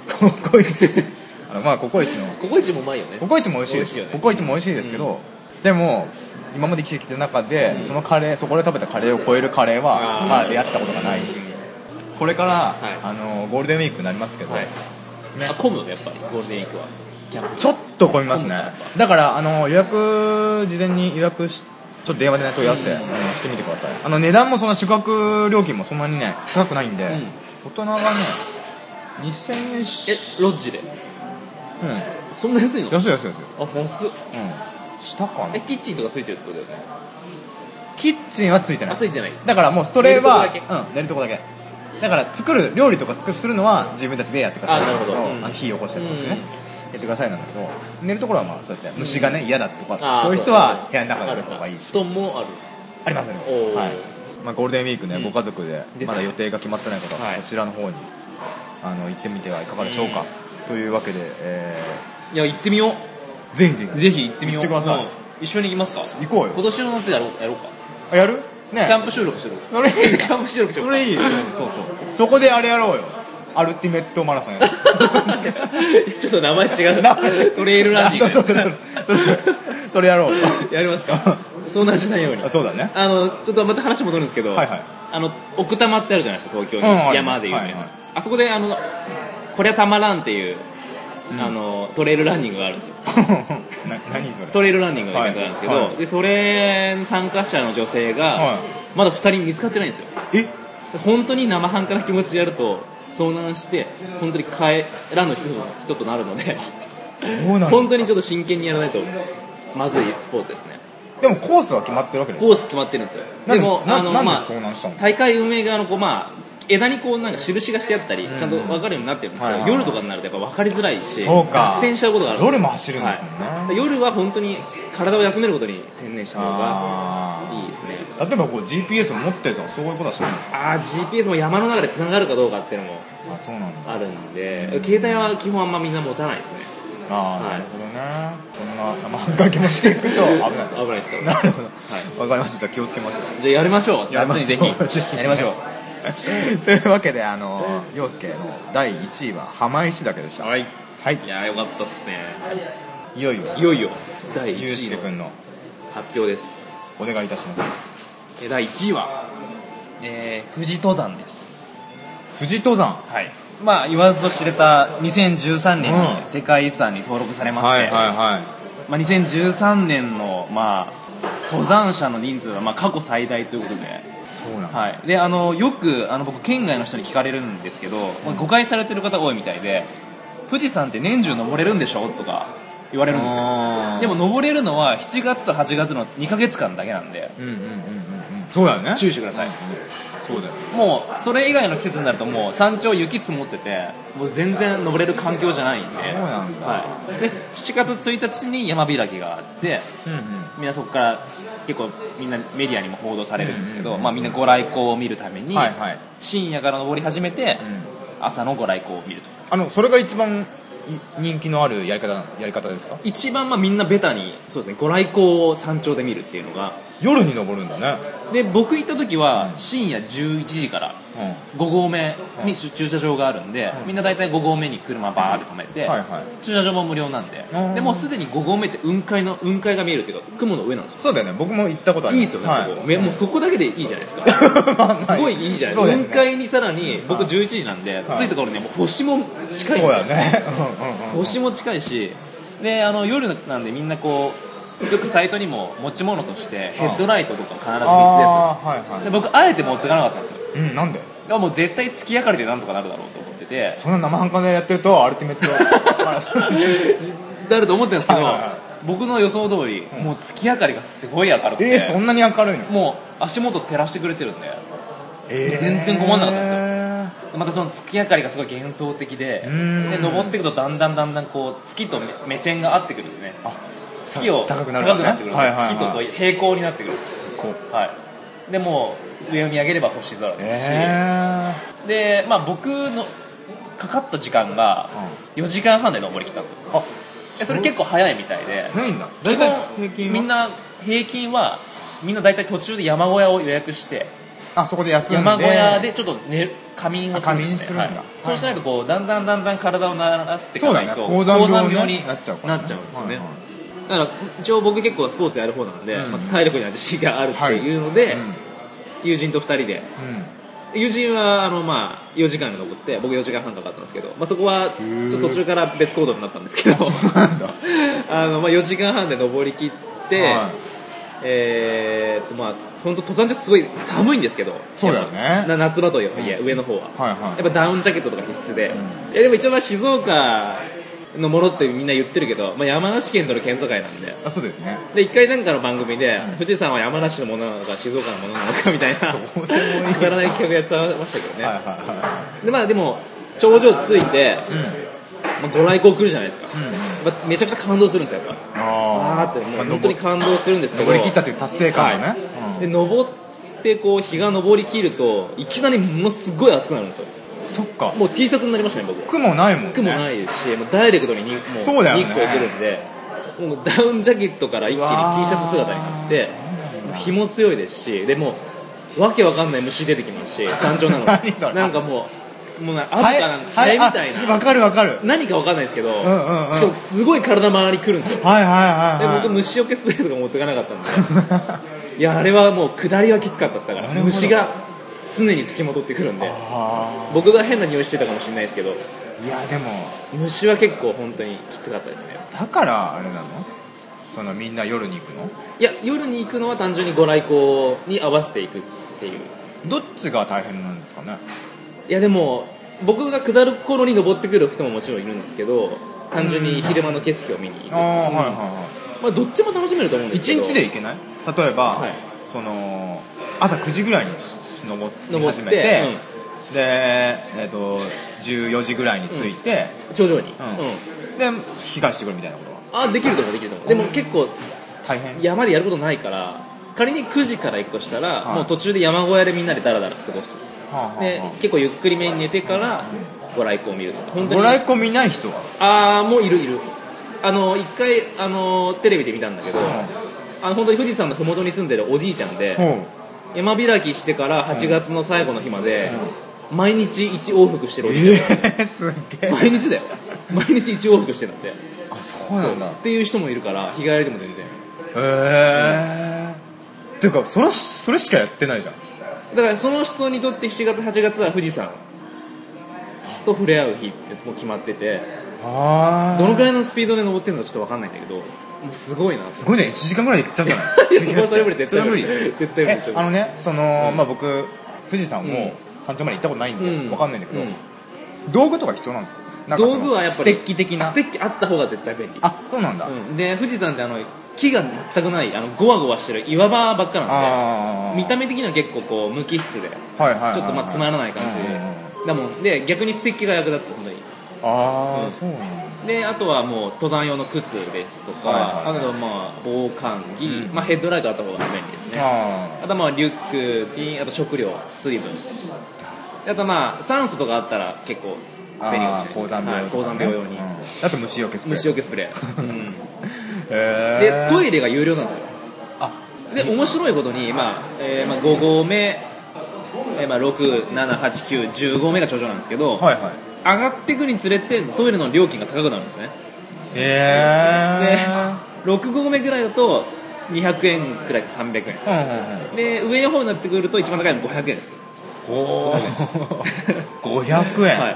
Speaker 2: たココイチあのまあココイチの
Speaker 1: ココイチもうまいよね
Speaker 2: ココイチも美味しいです
Speaker 1: 美味しいよね
Speaker 2: ココイチも美味しいですけど、でも今まで生きてきた中で、そのカレーそこで食べたカレーを超えるカレーは
Speaker 1: あー
Speaker 2: まだ出会ったことがないこれから、
Speaker 1: い
Speaker 2: あのゴールデンウィークになりますけど、
Speaker 1: はいあ混むよやっぱりゴールデンウィークはキャンプ
Speaker 2: ちょっと混みますねだからあの予約事前に予約しちょっと電話で、ね、問い合わせて、
Speaker 1: うん
Speaker 2: あのしてみてくださいあの値段もそんな宿泊料金もそんなにね高くないんで、
Speaker 1: ん
Speaker 2: 大人がね2000円し
Speaker 1: えロッジで
Speaker 2: うん
Speaker 1: そんな安いの
Speaker 2: 安い安い安い、
Speaker 1: あ安っ
Speaker 2: うん、したかな
Speaker 1: えキッチンとかついてるってことだよね
Speaker 2: キッチンはついてない
Speaker 1: あついてない
Speaker 2: だからもうそれは
Speaker 1: 寝るとこ
Speaker 2: うん寝るとこだけだから作る料理とか作るするのは自分たちでやってください
Speaker 1: あなるほど
Speaker 2: あの
Speaker 1: うん
Speaker 2: あの火起こしたりとかして
Speaker 1: う
Speaker 2: ね、
Speaker 1: ん
Speaker 2: やってくださいなんだけど寝るところはまあそうやって虫がね嫌だとか
Speaker 1: あー
Speaker 2: そういう人は部屋の中で
Speaker 1: あ
Speaker 2: 寝
Speaker 1: る
Speaker 2: た方がいいし
Speaker 1: 布団もある
Speaker 2: ありますね
Speaker 1: おー
Speaker 2: はいまあ、ゴールデンウィークね、
Speaker 1: うん
Speaker 2: ご家族で
Speaker 1: ですね
Speaker 2: まだ予定が決まってない方は
Speaker 1: はい
Speaker 2: こちらの方に、あの行ってみてはいかがでしょうか、
Speaker 1: うん
Speaker 2: というわけで、え
Speaker 1: いや行ってみよ
Speaker 2: ーぜひぜ
Speaker 1: う
Speaker 2: ひ
Speaker 1: ぜひ行ってみよう
Speaker 2: 行ってください
Speaker 1: うん一緒に行きますか
Speaker 2: 行こう
Speaker 1: 今
Speaker 2: よ
Speaker 1: 年の夏やろうやろうか
Speaker 2: あやる
Speaker 1: キ
Speaker 2: ね
Speaker 1: ャンプ収録しろ
Speaker 2: それいい
Speaker 1: キャンプ収録しろ
Speaker 2: それいいよそうそうそこであれやろうよアルティメットマラソンやろう
Speaker 1: (laughs) ちょっと名前違う
Speaker 2: 名前違う
Speaker 1: トレイルランニン
Speaker 2: あ
Speaker 1: グ
Speaker 2: そうそうそうそうそうそうそれやろう
Speaker 1: やりますか遭難しないように
Speaker 2: あそうだね
Speaker 1: あのちょっとまた話戻るんですけど、
Speaker 2: はいはい
Speaker 1: あの奥多摩ってあるじゃないですか東京に、
Speaker 2: うんある
Speaker 1: 山で有名な、
Speaker 2: はいはい
Speaker 1: あそこであのこりゃたまらんっていう、
Speaker 2: うん
Speaker 1: あのトレイルランニングがあるんですよ
Speaker 2: な何それ
Speaker 1: トレイルランニングのイベントなんですけど、
Speaker 2: はいはい
Speaker 1: でそれの参加者の女性が、
Speaker 2: はい
Speaker 1: まだ2人見つかってないんですよ
Speaker 2: え
Speaker 1: で本当に生半可な気持ちでやると遭難して本当に帰らぬ人と人となるので
Speaker 2: そうな
Speaker 1: (laughs)
Speaker 2: ん
Speaker 1: 本
Speaker 2: で
Speaker 1: 当にちょっと真剣にやらないとまずいスポーツですね
Speaker 2: すでもコースは決まってるわけでしょ
Speaker 1: コース決まってるんですよ
Speaker 2: なん
Speaker 1: でも
Speaker 2: な
Speaker 1: あの
Speaker 2: なんで
Speaker 1: ま
Speaker 2: 遭難したの
Speaker 1: あ大会運営側のこうまあ枝にこうなんか印がしてあったりちゃんと分かるようになってるんですけ
Speaker 2: はい
Speaker 1: ど
Speaker 2: はいはい
Speaker 1: 夜とかになるとやっぱ分かりづらいし
Speaker 2: そうか
Speaker 1: 脱線しちゃうことがある
Speaker 2: 夜も走るんですもん
Speaker 1: は
Speaker 2: ね
Speaker 1: い夜は本当に体を休めることに専念した方が
Speaker 2: あ
Speaker 1: いいですね
Speaker 2: ー例えばこう GPS を持ってるとかそういうことはしてるんですか
Speaker 1: ああ GPS も山の中でつながるかどうかっていうのも
Speaker 2: あそうなんだ
Speaker 1: あるんで携帯は基本あんまみんな持たないですね
Speaker 2: あー
Speaker 1: は
Speaker 2: ないるほどねそんな生半可な気もしていくと危ない
Speaker 1: 危ないですよ
Speaker 2: なる
Speaker 1: は
Speaker 2: ほ
Speaker 1: い
Speaker 2: どわかりましたじゃあ気をつけます (laughs)
Speaker 1: じゃあやりましょう
Speaker 2: やりま
Speaker 1: 夏
Speaker 2: しょう
Speaker 1: にぜひやりましょう
Speaker 2: というわけであの陽介の第1位は浜石岳でしたはい、い、
Speaker 1: いやーよかったっすね
Speaker 2: いよいよ
Speaker 1: いよいよ第
Speaker 2: ゆう
Speaker 1: 1
Speaker 2: す
Speaker 1: 位
Speaker 2: け
Speaker 1: の
Speaker 2: 君の
Speaker 1: 発表です
Speaker 2: お願いいたします
Speaker 1: え第1位は、えー富士登山です
Speaker 2: 富士登山
Speaker 1: はいまあ言わずと知れた2013年
Speaker 2: うん
Speaker 1: に世界遺産に登録されまして、
Speaker 2: はい
Speaker 1: まあ、2013年の、まあ、登山者の人数は、まあ、過去最大ということで,、
Speaker 2: そうなんだ
Speaker 1: はい、であのよくあの僕県外の人に聞かれるんですけど、まあ誤解されてる方多いみたいで富士山って年中登れるんでしょとか言われるんですよ
Speaker 2: あー
Speaker 1: でも登れるのは7月と8月の2ヶ月間だけなんで
Speaker 2: うんうんうんうんうんそうだよね
Speaker 1: 注意してください、
Speaker 2: そうだよね
Speaker 1: もうそれ以外の季節になるともう山頂雪積もっててもう全然登れる環境じゃないんで
Speaker 2: そうなんだ
Speaker 1: はい、で7月1日に山開きがあって
Speaker 2: うんうん
Speaker 1: みんなそこから結構みんなメディアにも報道されるんですけど、
Speaker 2: うんうんうん
Speaker 1: まあ、みんなご来光を見るために、
Speaker 2: はいはい、
Speaker 1: 深夜から登り始めて、朝のご来光を見ると
Speaker 2: あのそれが一番い人気のあるやり方やり方ですか
Speaker 1: 一番まあみんなベタにそうですねご来光を山頂で見るっていうのが
Speaker 2: 夜に登るんだね
Speaker 1: で僕行った時は深夜11時から5合目に駐車場があるんで、みんな大体5合目に車バーって止めて、
Speaker 2: うんはいはい
Speaker 1: 駐車場も無料なんで
Speaker 2: うん
Speaker 1: でもうすでに5合目って雲海の雲海が見えるっていうか雲の上なんですよ
Speaker 2: そうだよね僕も行ったことあ
Speaker 1: い
Speaker 2: る
Speaker 1: いですよね、
Speaker 2: はい
Speaker 1: そこめもうそこだけでいいじゃないですか
Speaker 2: (laughs) まあ
Speaker 1: すごいいいじゃない
Speaker 2: そう
Speaker 1: で
Speaker 2: ですす
Speaker 1: か
Speaker 2: ね
Speaker 1: 雲海にさらに僕
Speaker 2: はい
Speaker 1: 11時なんで、
Speaker 2: はい
Speaker 1: 着いた頃ねもう星も近いんですよ
Speaker 2: そうやねうんうんうん
Speaker 1: 星も近いしであの夜なんでみんなこうよくサイトにも持ち物としてヘッドライトとか必ず必須です
Speaker 2: あーはい
Speaker 1: で僕あえて持ってかなかったんですよ
Speaker 2: はいうんなんで
Speaker 1: だからもう絶対月明かりでなんとかなるだろうと思ってて
Speaker 2: そんな生半可でやってるとアルティメットマラソン (laughs)
Speaker 1: (laughs) なると思ってるんですけど、
Speaker 2: はいはいは
Speaker 1: 僕の予想通り、
Speaker 2: ん
Speaker 1: もう月明かりがすごい明るくて、
Speaker 2: えー、そんなに明るいの、
Speaker 1: もう足元照らしてくれてるんで
Speaker 2: えー
Speaker 1: 全然困んなかったんですよまたその月明かりがすごい幻想的で
Speaker 2: うーん
Speaker 1: で登っていくとだんだんだんだんこう月と目目線が合ってくるんですね
Speaker 2: あ
Speaker 1: 月を
Speaker 2: 高くなるわけね
Speaker 1: ってくる、
Speaker 2: はいはいはい
Speaker 1: 月とこう平行になってくるんです
Speaker 2: こう
Speaker 1: はいでもう上を見上げれば星空ですし、
Speaker 2: え
Speaker 1: でまあ僕のかかった時間が4時間半で登りきったんですよ
Speaker 2: あ
Speaker 1: えそれ結構早いみたいで
Speaker 2: ないんだ大体平均は
Speaker 1: みんな平均はみんな大体途中で山小屋を予約して
Speaker 2: あそこで休んで
Speaker 1: 山小屋でちょっと寝仮眠をするんですね
Speaker 2: あ仮眠するんだ
Speaker 1: はい
Speaker 2: はい
Speaker 1: そうしないとこうだんだんだんだん体を慣らしてい
Speaker 2: そ
Speaker 1: か
Speaker 2: う
Speaker 1: な
Speaker 2: だ
Speaker 1: い
Speaker 2: ね
Speaker 1: と
Speaker 2: 高山病
Speaker 1: 高
Speaker 2: になっちゃうからね
Speaker 1: なっちゃうんですよね、
Speaker 2: はいはい
Speaker 1: だから一応僕結構スポーツやる方なんで、
Speaker 2: うん
Speaker 1: まあ、体力には自信があるっていうので、
Speaker 2: うん
Speaker 1: 友人と2人で友人はあの、まあ、4時間で登って僕4時間半かかったんですけど、まあ、そこは
Speaker 2: ー
Speaker 1: ちょっと途中から別行動になったん
Speaker 2: (laughs)
Speaker 1: ですけど
Speaker 2: なんだ
Speaker 1: あの、まあ、4時間半で登り切って、
Speaker 2: はい
Speaker 1: えーっとまあ本当登山者すごい寒いんですけど
Speaker 2: そうだよね
Speaker 1: やっぱな夏場とはいえ、上の方は、
Speaker 2: はいはい
Speaker 1: やっぱダウンジャケットとか必須で、いやでも一応まあ静岡のものってみんな言ってるけど、まあ、山梨県との県境なんで
Speaker 2: あそうですね
Speaker 1: で一回なんかの番組で、
Speaker 2: ん
Speaker 1: 富士山は山梨のものなのか静岡のものなのかみたいな
Speaker 2: どうでもいい
Speaker 1: くだらない企画やってましたけどね、
Speaker 2: はいはいは
Speaker 1: でまあでも頂上着いて、
Speaker 2: いうん
Speaker 1: まあ、ご来光来るじゃないですか、
Speaker 2: ん
Speaker 1: まあ、めちゃくちゃ感動するんですよやっぱわ
Speaker 2: あ
Speaker 1: ーってもう本当に感動するんですけど
Speaker 2: 登り切ったという達成感をね
Speaker 1: はいで登ってこう日が昇りきるといきなりものすごい暑くなるんですよ
Speaker 2: そっか
Speaker 1: もう T シャツになりましたね僕
Speaker 2: 苦もないもんね
Speaker 1: 服もないですし、もうダイレクトににもう
Speaker 2: そうだよね
Speaker 1: 日光来るんでもうダウンジャケットから一気に
Speaker 2: うわー
Speaker 1: T シャツ姿になって
Speaker 2: そうなんだ
Speaker 1: もう日も強いですしでもうわけわかんない虫出てきますし山頂なの
Speaker 2: (laughs) 何それ
Speaker 1: なんかもうもうなアブ
Speaker 2: ハエ
Speaker 1: かなんか
Speaker 2: ハ
Speaker 1: ハエみ
Speaker 2: エ
Speaker 1: たい
Speaker 2: あわ
Speaker 1: な
Speaker 2: かるわかる
Speaker 1: 何かわかんないですけど、
Speaker 2: んうん
Speaker 1: しかもすごい体周り来るんですよ
Speaker 2: はい
Speaker 1: で
Speaker 2: はいはいはい
Speaker 1: 僕虫除けスプレーとか持ってかなかったんでいやあれはもう下りはきつかったですだか
Speaker 2: な
Speaker 1: ら
Speaker 2: るほど
Speaker 1: 虫が常につき戻ってくるんで
Speaker 2: (laughs) あ
Speaker 1: 僕が変な匂いしてたかもしれないですけど
Speaker 2: ーいやでも
Speaker 1: 虫は結構本当にきつかったですね
Speaker 2: だからあれなのそのみんな夜に行くの
Speaker 1: いや夜に行くのは単純にご来光に合わせていくっていう
Speaker 2: どっちが大変なんですかね
Speaker 1: いやでも僕が下る頃に登ってくる人ももちろんいるんですけど単純に昼間の景色を見に行く、
Speaker 2: ああ
Speaker 1: ま
Speaker 2: はいはいは
Speaker 1: あ、どっちも楽しめると思うん
Speaker 2: い
Speaker 1: ですけ
Speaker 2: 一
Speaker 1: ど
Speaker 2: 日で行けない例えば、
Speaker 1: はい
Speaker 2: その朝9時ぐらいにし登り
Speaker 1: 登っ
Speaker 2: 始
Speaker 1: て
Speaker 2: めてで、えっと14時ぐらいに着いて、
Speaker 1: 頂上に、
Speaker 2: うん
Speaker 1: うん
Speaker 2: で引き返してくるみたいなことは
Speaker 1: あできると思うできると思うでも結構
Speaker 2: 大変
Speaker 1: 山でやることないから仮に9時から行くとしたら、
Speaker 2: はい
Speaker 1: もう途中で山小屋でみんなでダラダラ過ごす
Speaker 2: はあ
Speaker 1: で
Speaker 2: は
Speaker 1: 結構ゆっくりめに寝てからご来光を見るとか
Speaker 2: あ
Speaker 1: 本当
Speaker 2: ご
Speaker 1: に
Speaker 2: 来光見ない人は
Speaker 1: ああもういるいるあの一回あのテレビで見たんだけど、あの本当に富士山の麓に住んでるおじいちゃんで、
Speaker 2: うん
Speaker 1: 山開きしてから8月の最後の日まで、毎日1往復してるおじいちゃん、
Speaker 2: えー、すっげ
Speaker 1: (laughs)
Speaker 2: え
Speaker 1: 毎日
Speaker 2: (laughs)
Speaker 1: だよ毎日1往復してるんだって
Speaker 2: あそうなんだへ
Speaker 1: っていう人もいるから日帰りでも全然
Speaker 2: えー、ていうかそれそれしかやってないじゃん
Speaker 1: だからその人にとって7月8月は富士山と触れ合う日ってもう決まってて
Speaker 2: あ
Speaker 1: どのく
Speaker 2: い
Speaker 1: らいのスピードで登ってるのかちょっと分かんないんだけどもうすごいな
Speaker 2: すごいね1時間ぐらいで行っちゃうんじゃない
Speaker 1: いや (laughs) そこはそれ無理絶対無理
Speaker 2: それは無理
Speaker 1: 絶対無理
Speaker 2: えあのねその、
Speaker 1: うん
Speaker 2: まあ僕富士山
Speaker 1: うん
Speaker 2: も山頂まで行ったことないんで、
Speaker 1: うん
Speaker 2: わかんないんだけど、
Speaker 1: うん
Speaker 2: 道具とか必要なんですかなんかそ
Speaker 1: 道
Speaker 2: の
Speaker 1: 具はやっぱり
Speaker 2: ステッキ的な
Speaker 1: ステッキあった方が絶対便利
Speaker 2: あそうなんだ、あ
Speaker 1: うんで富士山ってあの木が全くないあのゴワゴワしてる岩場ばっかなんで
Speaker 2: あ
Speaker 1: 見た目的には結構こう無機質でち
Speaker 2: はいはいはいはい、
Speaker 1: ょっとまあつまらない感じ
Speaker 2: うんうんうん
Speaker 1: だもんで逆にステッキが役立つ本当に
Speaker 2: ああ、
Speaker 1: うん
Speaker 2: そうなんだ
Speaker 1: であとはもう登山用の靴ですとか、
Speaker 2: はいはい
Speaker 1: あとはまあ防寒着、
Speaker 2: うん
Speaker 1: まあ、ヘッドライトあった方が便利ですね
Speaker 2: あ
Speaker 1: あとはまあリュックにあと食料水分あとまあ酸素とかあったら結構
Speaker 2: あ
Speaker 1: 便利かもしれないです
Speaker 2: 高山病
Speaker 1: はい高山
Speaker 2: 用
Speaker 1: 病用に、
Speaker 2: あと虫よけスプレー
Speaker 1: 虫除けスプレー、うん、
Speaker 2: へ
Speaker 1: で
Speaker 2: ー
Speaker 1: トイレが有料なんですよ
Speaker 2: あ
Speaker 1: で面白いことに、まあえーまあ、5合目、えーまあ、678910合目が頂上なんですけど、
Speaker 2: はいはい
Speaker 1: 上がっていくにつれてトイレの料金が高くなるんですねで
Speaker 2: え
Speaker 1: 6合目ぐらいだと200円くらいか300円
Speaker 2: えうん
Speaker 1: (laughs) で
Speaker 2: うんうん
Speaker 1: 上の方になってくると一番高いの500円です
Speaker 2: おー500
Speaker 1: (laughs)
Speaker 2: 円、
Speaker 1: はい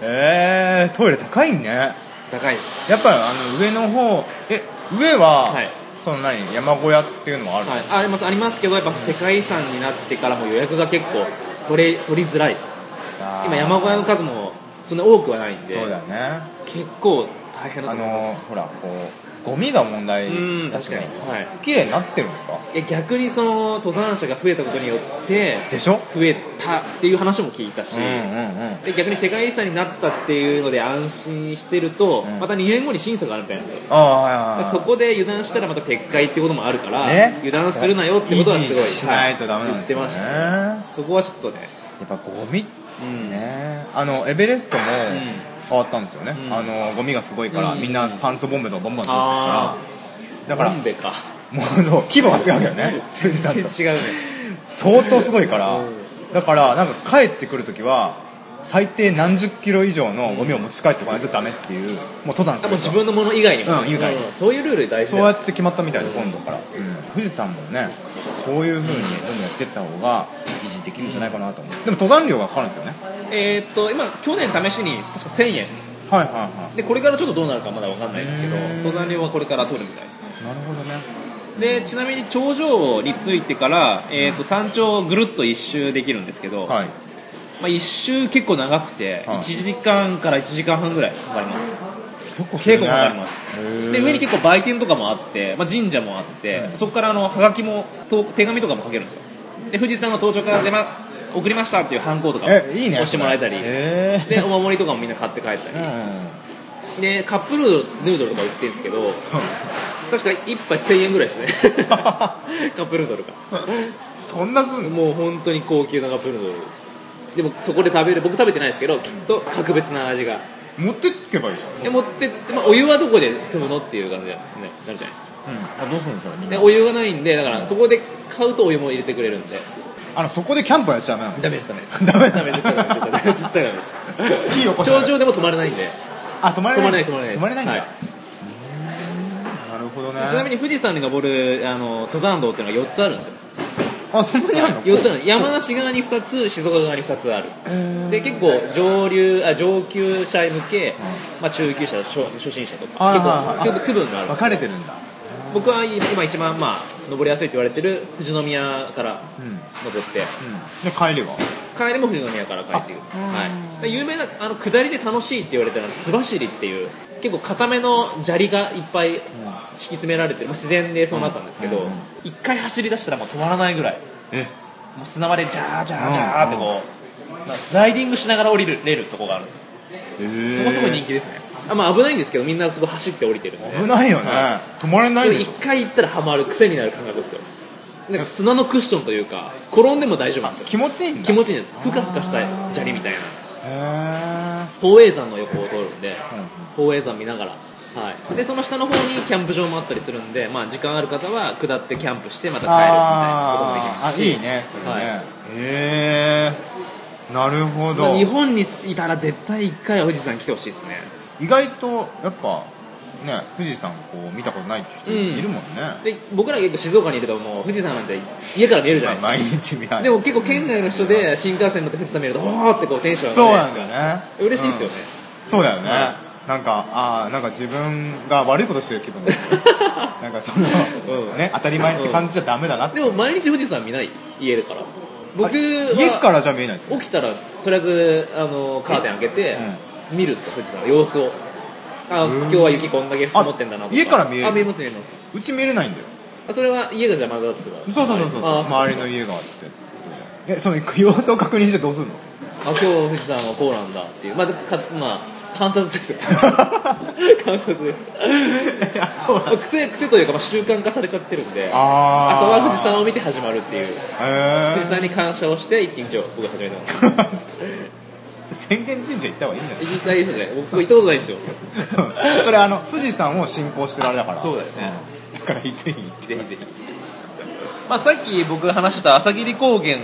Speaker 2: えー、トイレ高いね
Speaker 1: 高いです
Speaker 2: やっぱりあの上の方え上は、
Speaker 1: はい
Speaker 2: その何山小屋っていうのもある、
Speaker 1: はい、ありますありますけどやっぱ世界遺産になってからも予約が結構取れ取りづらい
Speaker 2: あー
Speaker 1: 今山小屋の数もそんな多くはないんで
Speaker 2: そうだよね
Speaker 1: 結構大変だ
Speaker 2: あ
Speaker 1: と思いま
Speaker 2: の
Speaker 1: す
Speaker 2: ほらこうゴミが問題
Speaker 1: うん
Speaker 2: だ
Speaker 1: 確か
Speaker 2: し
Speaker 1: に
Speaker 2: ね、
Speaker 1: はい
Speaker 2: 綺麗になってるんですか
Speaker 1: いや逆にその登山者が増えたことによって
Speaker 2: でしょ
Speaker 1: 増えたっていう話も聞いたし、
Speaker 2: うんうん
Speaker 1: で逆に世界遺産になったっていうので安心してると、
Speaker 2: うん
Speaker 1: また2年後に審査があるみたいなんですよ
Speaker 2: ああはいはいはい
Speaker 1: そこで油断したらまた撤回ってこともあるから、
Speaker 2: ね
Speaker 1: 油断するなよってことはすごい
Speaker 2: 維持しないとダメなんですよね、
Speaker 1: はい言ってました
Speaker 2: や
Speaker 1: そこはちょっとね
Speaker 2: っぱゴミっ
Speaker 1: うん
Speaker 2: ねあのエベレストも変わったんですよね、
Speaker 1: うん
Speaker 2: あのゴミがすごいから、
Speaker 1: うん
Speaker 2: みんな酸素ボンベとかバンバン作って
Speaker 1: あ
Speaker 2: る
Speaker 1: あ
Speaker 2: からだから
Speaker 1: ボンベか
Speaker 2: もうそう規模が違うけどね富士山と
Speaker 1: 全然違うね
Speaker 2: 相当すごいから、
Speaker 1: うん
Speaker 2: だからなんか帰ってくるときは最低何十キロ以上のゴミを持ち帰ってこないとダメっていうもう登山す
Speaker 1: 多分
Speaker 2: る
Speaker 1: 自分のもの以外にも、
Speaker 2: うん以外に
Speaker 1: そういうルール大事
Speaker 2: そ
Speaker 1: だ
Speaker 2: うや
Speaker 1: よ
Speaker 2: って決まったみたいで今度から、富士山もねこういうふうにどんどんやっていった方が維持できるんじゃないかなと思う、でも登山料がかかるんですよね
Speaker 1: えーっと今去年試しに確か1000円
Speaker 2: はいはいは
Speaker 1: でこれからちょっとどうなるかまだ分かんないですけど
Speaker 2: へー
Speaker 1: 登山料はこれから取るみたいですね
Speaker 2: いなるほどね
Speaker 1: でちなみに頂上に着いてから、えー、と山頂をぐるっと一周できるんですけど、
Speaker 2: はい
Speaker 1: まあ、一周結構長くて、
Speaker 2: はい
Speaker 1: 1時間から1時間半ぐらいかかります
Speaker 2: 結構
Speaker 1: 稽古もかかりますで上に
Speaker 2: 構
Speaker 1: 結構売店とかもあって、まあ、神社もあって、そこからあのはがきもと手紙とかも書けるんですよで富士山の登頂から出、ま、送りましたっていうハンコとかも
Speaker 2: えいいね
Speaker 1: 押してもらえたり
Speaker 2: へー
Speaker 1: でお守りとかもみんな買って帰ったり、
Speaker 2: う
Speaker 1: でカップヌードルとか売ってるんですけど確か1杯1000円ぐらいです
Speaker 2: (laughs)
Speaker 1: ねカップヌードルが
Speaker 2: んそんなすんの
Speaker 1: もう本当に高級なカップヌードルですでもそこで食べる僕食べてないですけどきっと格別な味が
Speaker 2: 持ってけばいいじゃん
Speaker 1: で持ってって、まあ、お湯はどこで汲むのっていう感じになるじゃないですか
Speaker 2: あどうするんですかみん
Speaker 1: で
Speaker 2: な
Speaker 1: お湯がないんでだからそこで買うとお湯も入れてくれるんで
Speaker 2: あのそこでキャンプはやっちゃダメなの
Speaker 1: ダメですダメです
Speaker 2: ダメ
Speaker 1: ダメ絶対ダメ絶対ダメ絶対ダメ
Speaker 2: いいよこ
Speaker 1: で
Speaker 2: っ
Speaker 1: す
Speaker 2: ち
Speaker 1: 頂上でも止まれないんで
Speaker 2: あ止まれ
Speaker 1: 止
Speaker 2: な
Speaker 1: ま
Speaker 2: い
Speaker 1: れない止まれないです
Speaker 2: 止まれないんだ、
Speaker 1: はい
Speaker 2: なるほどね
Speaker 1: ちなみに富士山に登るあの登山道っていうのが4つあるんですよ
Speaker 2: あそんなにある
Speaker 1: (laughs)
Speaker 2: の
Speaker 1: 4つある山梨側に2つ静岡側に2つある
Speaker 2: へー
Speaker 1: で結構上流あ上級者向け、まあ、中級者初初心者とか
Speaker 2: はい
Speaker 1: 結
Speaker 2: はいはい
Speaker 1: 構区分区分があるんで
Speaker 2: 分
Speaker 1: すよ
Speaker 2: かれてるんだ
Speaker 1: 僕は今一番、まあ、登りやすいと言われてる富士宮から
Speaker 2: うんうん
Speaker 1: 登って
Speaker 2: で帰りは
Speaker 1: 帰りも富士宮から帰ってくる、はい、で有名なあの下りで楽しいって言われたのは須走りっていう結構固めの砂利がいっぱい敷き詰められてる、まあ、自然でそうなったんですけど、
Speaker 2: うんうんうん
Speaker 1: 一回走り出したらもう止まらないぐらい
Speaker 2: え
Speaker 1: もう砂場でジャージャージャーってこう、まあスライディングしながら降りるれるとこがあるんですよそこそこ人気ですねあ、まあ、危ないんですけどみんなそこ走って降りてるんで
Speaker 2: 危ないよね
Speaker 1: は
Speaker 2: 止まれない
Speaker 1: でも
Speaker 2: で
Speaker 1: 一
Speaker 2: しょ
Speaker 1: 回行ったらハマる癖になる感覚ですよなんか砂のクッションというか転んでも大丈夫なんですよ
Speaker 2: 気持ちいいんだ
Speaker 1: 気
Speaker 2: へ
Speaker 1: 持ちいいんですふかふかした砂利みたいな
Speaker 2: え
Speaker 1: 宝永山の横を通るんで宝永山見ながら、はい、でその下の方にキャンプ場もあったりするんで、まあ、時間ある方は下ってキャンプしてまた帰るみたいなこともでき
Speaker 2: あ
Speaker 1: ま
Speaker 2: ーあ
Speaker 1: すし
Speaker 2: いいねそれ
Speaker 1: はい
Speaker 2: ねへえなるほ
Speaker 1: まあ
Speaker 2: ど
Speaker 1: 日本にいたら絶対一回は富士山来てほしいですね
Speaker 2: 意外とやっぱね富士山こう見たことないって人いるもんね
Speaker 1: で僕ら結構静岡にいるともう富士山なんて家から見えるじゃ
Speaker 2: ま
Speaker 1: な
Speaker 2: あ
Speaker 1: いですか、
Speaker 2: 毎日見られ
Speaker 1: で
Speaker 2: る
Speaker 1: も結構県外の人で新幹線乗って富士山見るとおーってこうテンション
Speaker 2: そう
Speaker 1: 上が
Speaker 2: な
Speaker 1: る
Speaker 2: ん
Speaker 1: じ
Speaker 2: だ
Speaker 1: ゃないですか
Speaker 2: よね
Speaker 1: 嬉しいですよね、
Speaker 2: そうだよね、
Speaker 1: は
Speaker 2: なんかああなんか自分が悪いことしてる気分だ
Speaker 1: (laughs)
Speaker 2: なんかその、
Speaker 1: うん
Speaker 2: ね当たり前って感じじゃダメだなって、
Speaker 1: でも毎日富士山見ない家から僕は
Speaker 2: あ家からじゃ見えないですよ
Speaker 1: 起きたらとりあえずあのカーテン開けて、見るんですよ富士山の様子をあ
Speaker 2: うん
Speaker 1: 今日は雪こんだけ積もってんだなとか
Speaker 2: あ家から見える
Speaker 1: あ見えます見えます
Speaker 2: うち見れないんだよ
Speaker 1: あそれは家が邪魔だってこと
Speaker 2: そうそうそうそう
Speaker 1: あ
Speaker 2: 周りの家があってえその様子を確認してど
Speaker 1: (laughs)
Speaker 2: うすんの
Speaker 1: あ今日富士山はこうなんだっていうまあかまあ観察です
Speaker 2: (laughs)
Speaker 1: よ観察です
Speaker 2: いやそうなんだ
Speaker 1: 癖癖というか、まあ、習慣化されちゃってるんで
Speaker 2: あー
Speaker 1: 朝は富士山を見て始まるっていう
Speaker 2: へ
Speaker 1: 富士
Speaker 2: え
Speaker 1: 山に感謝をして一日を僕始めてます
Speaker 2: (laughs) 宣言神社行った方がいい (laughs) んじゃな
Speaker 1: 一日大事ですね僕そこ行ったことないんですよ
Speaker 2: いそれあの富士山を信仰してるあれだから
Speaker 1: あそうだよね
Speaker 2: うんだからぜひ行って
Speaker 1: ぜひぜひ、まあ、さっき僕が話した朝霧高原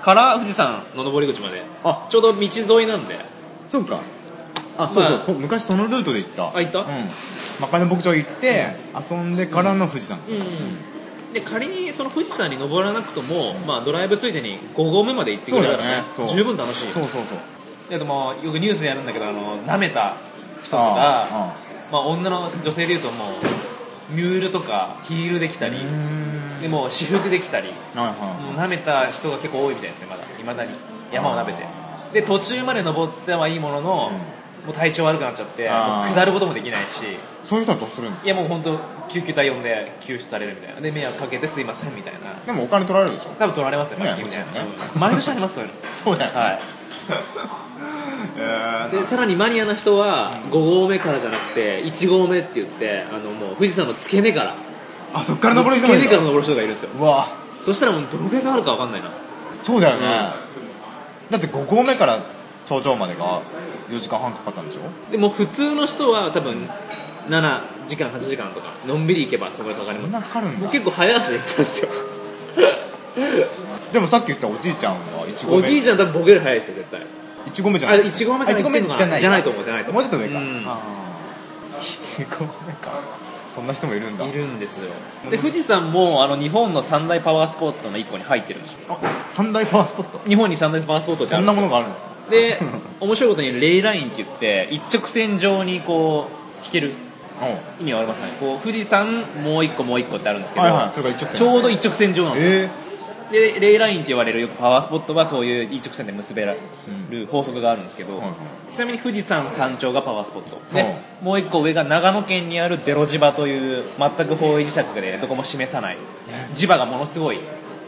Speaker 1: から富士山の登り口まで
Speaker 2: あ
Speaker 1: ちょうど道沿いなんで
Speaker 2: そうかあ
Speaker 1: まあ
Speaker 2: そうそう、そ昔そのルートで行った
Speaker 1: あ行った
Speaker 2: うんマカネ牧場行って、遊んでからの富士山、
Speaker 1: うんで仮にその富士山に登らなくとも、まあ、ドライブついでに5合目まで行ってくれた
Speaker 2: そうだよ
Speaker 1: ら、
Speaker 2: ねそう
Speaker 1: 十分楽しい
Speaker 2: そうそうそう
Speaker 1: えっとまあよくニュースでやるんだけどあの舐めた人と
Speaker 2: あ
Speaker 1: かまあ、女の女性でいうともうミュールとかヒールできた
Speaker 2: あう
Speaker 1: り
Speaker 2: ーん
Speaker 1: でもう私服できたり
Speaker 2: はいは
Speaker 1: もう舐めた人が結構多いみたいですねまだいまだに山を舐めてで途中まで登ってはいいものの、もう体調悪くなっちゃっても
Speaker 2: あー
Speaker 1: う下ることもできないし
Speaker 2: いそういう人はどうするんです
Speaker 1: いやもう本当救急隊呼んで救出されるみたいなで迷惑かけてすいませんみたいな
Speaker 2: かでもお金取られるでしょ
Speaker 1: 多分取られますよ毎
Speaker 2: ね
Speaker 1: 日みたいな、
Speaker 2: もちろんね
Speaker 1: うん毎年ありますよね
Speaker 2: そうだよ
Speaker 1: はい
Speaker 2: えー
Speaker 1: でさらにマニアな人は5合目からじゃなくて1合目って言ってあのもう富士山の付け根から
Speaker 2: あそっから登る人
Speaker 1: 付け根から
Speaker 2: る
Speaker 1: 登る人がいるんですよ
Speaker 2: うわ
Speaker 1: そしたらもうどのくらいかかるか分かんないな
Speaker 2: そうだよね、だって5合目から頂上までが4時間半かかったんでしょ
Speaker 1: でも普通の人は多分7時間8時間とかのんびり行けばそこでかかり
Speaker 2: そんな
Speaker 1: ま
Speaker 2: かかる
Speaker 1: す
Speaker 2: ん
Speaker 1: 僕
Speaker 2: だ
Speaker 1: 結構早足で行ったんですよ
Speaker 2: でもさっき言ったおじいちゃんは1合
Speaker 1: お
Speaker 2: 目
Speaker 1: じいちゃん多分僕より早いですよ絶対
Speaker 2: 1合目じゃ
Speaker 1: あ
Speaker 2: ない
Speaker 1: 1合目から
Speaker 2: あ一
Speaker 1: 行
Speaker 2: 合
Speaker 1: って
Speaker 2: 目
Speaker 1: んのか
Speaker 2: じゃない
Speaker 1: じゃないと思うじゃないと思
Speaker 2: も
Speaker 1: う
Speaker 2: うちょっと上か、
Speaker 1: うん
Speaker 2: 1合目かそんな人もいるんだ
Speaker 1: いるんですよで富士山もあの日本の三大パワースポットの1個に入ってるんですよ
Speaker 2: あ三大パワースポット
Speaker 1: 日本に三大パワースポットってあ
Speaker 2: そ
Speaker 1: る
Speaker 2: ん
Speaker 1: んですよ
Speaker 2: なものがあるんですか
Speaker 1: で面白いことにレイラインって言って一直線上にこう引ける
Speaker 2: う
Speaker 1: 意味わかりますかねこう富士山もう一個もう一個ってあるんですけど、
Speaker 2: はいはいそれが一直線
Speaker 1: ちょうど一直線上なんですよ、
Speaker 2: え
Speaker 1: でレイラインって言われるよくパワースポットはそういう一直線で結べられる法則があるんですけど、
Speaker 2: はいはい
Speaker 1: ちなみに富士山山頂がパワースポットで、
Speaker 2: は
Speaker 1: もう一個上が長野県にあるゼロ磁場という全く方位磁石でどこも示さない磁場がものすごい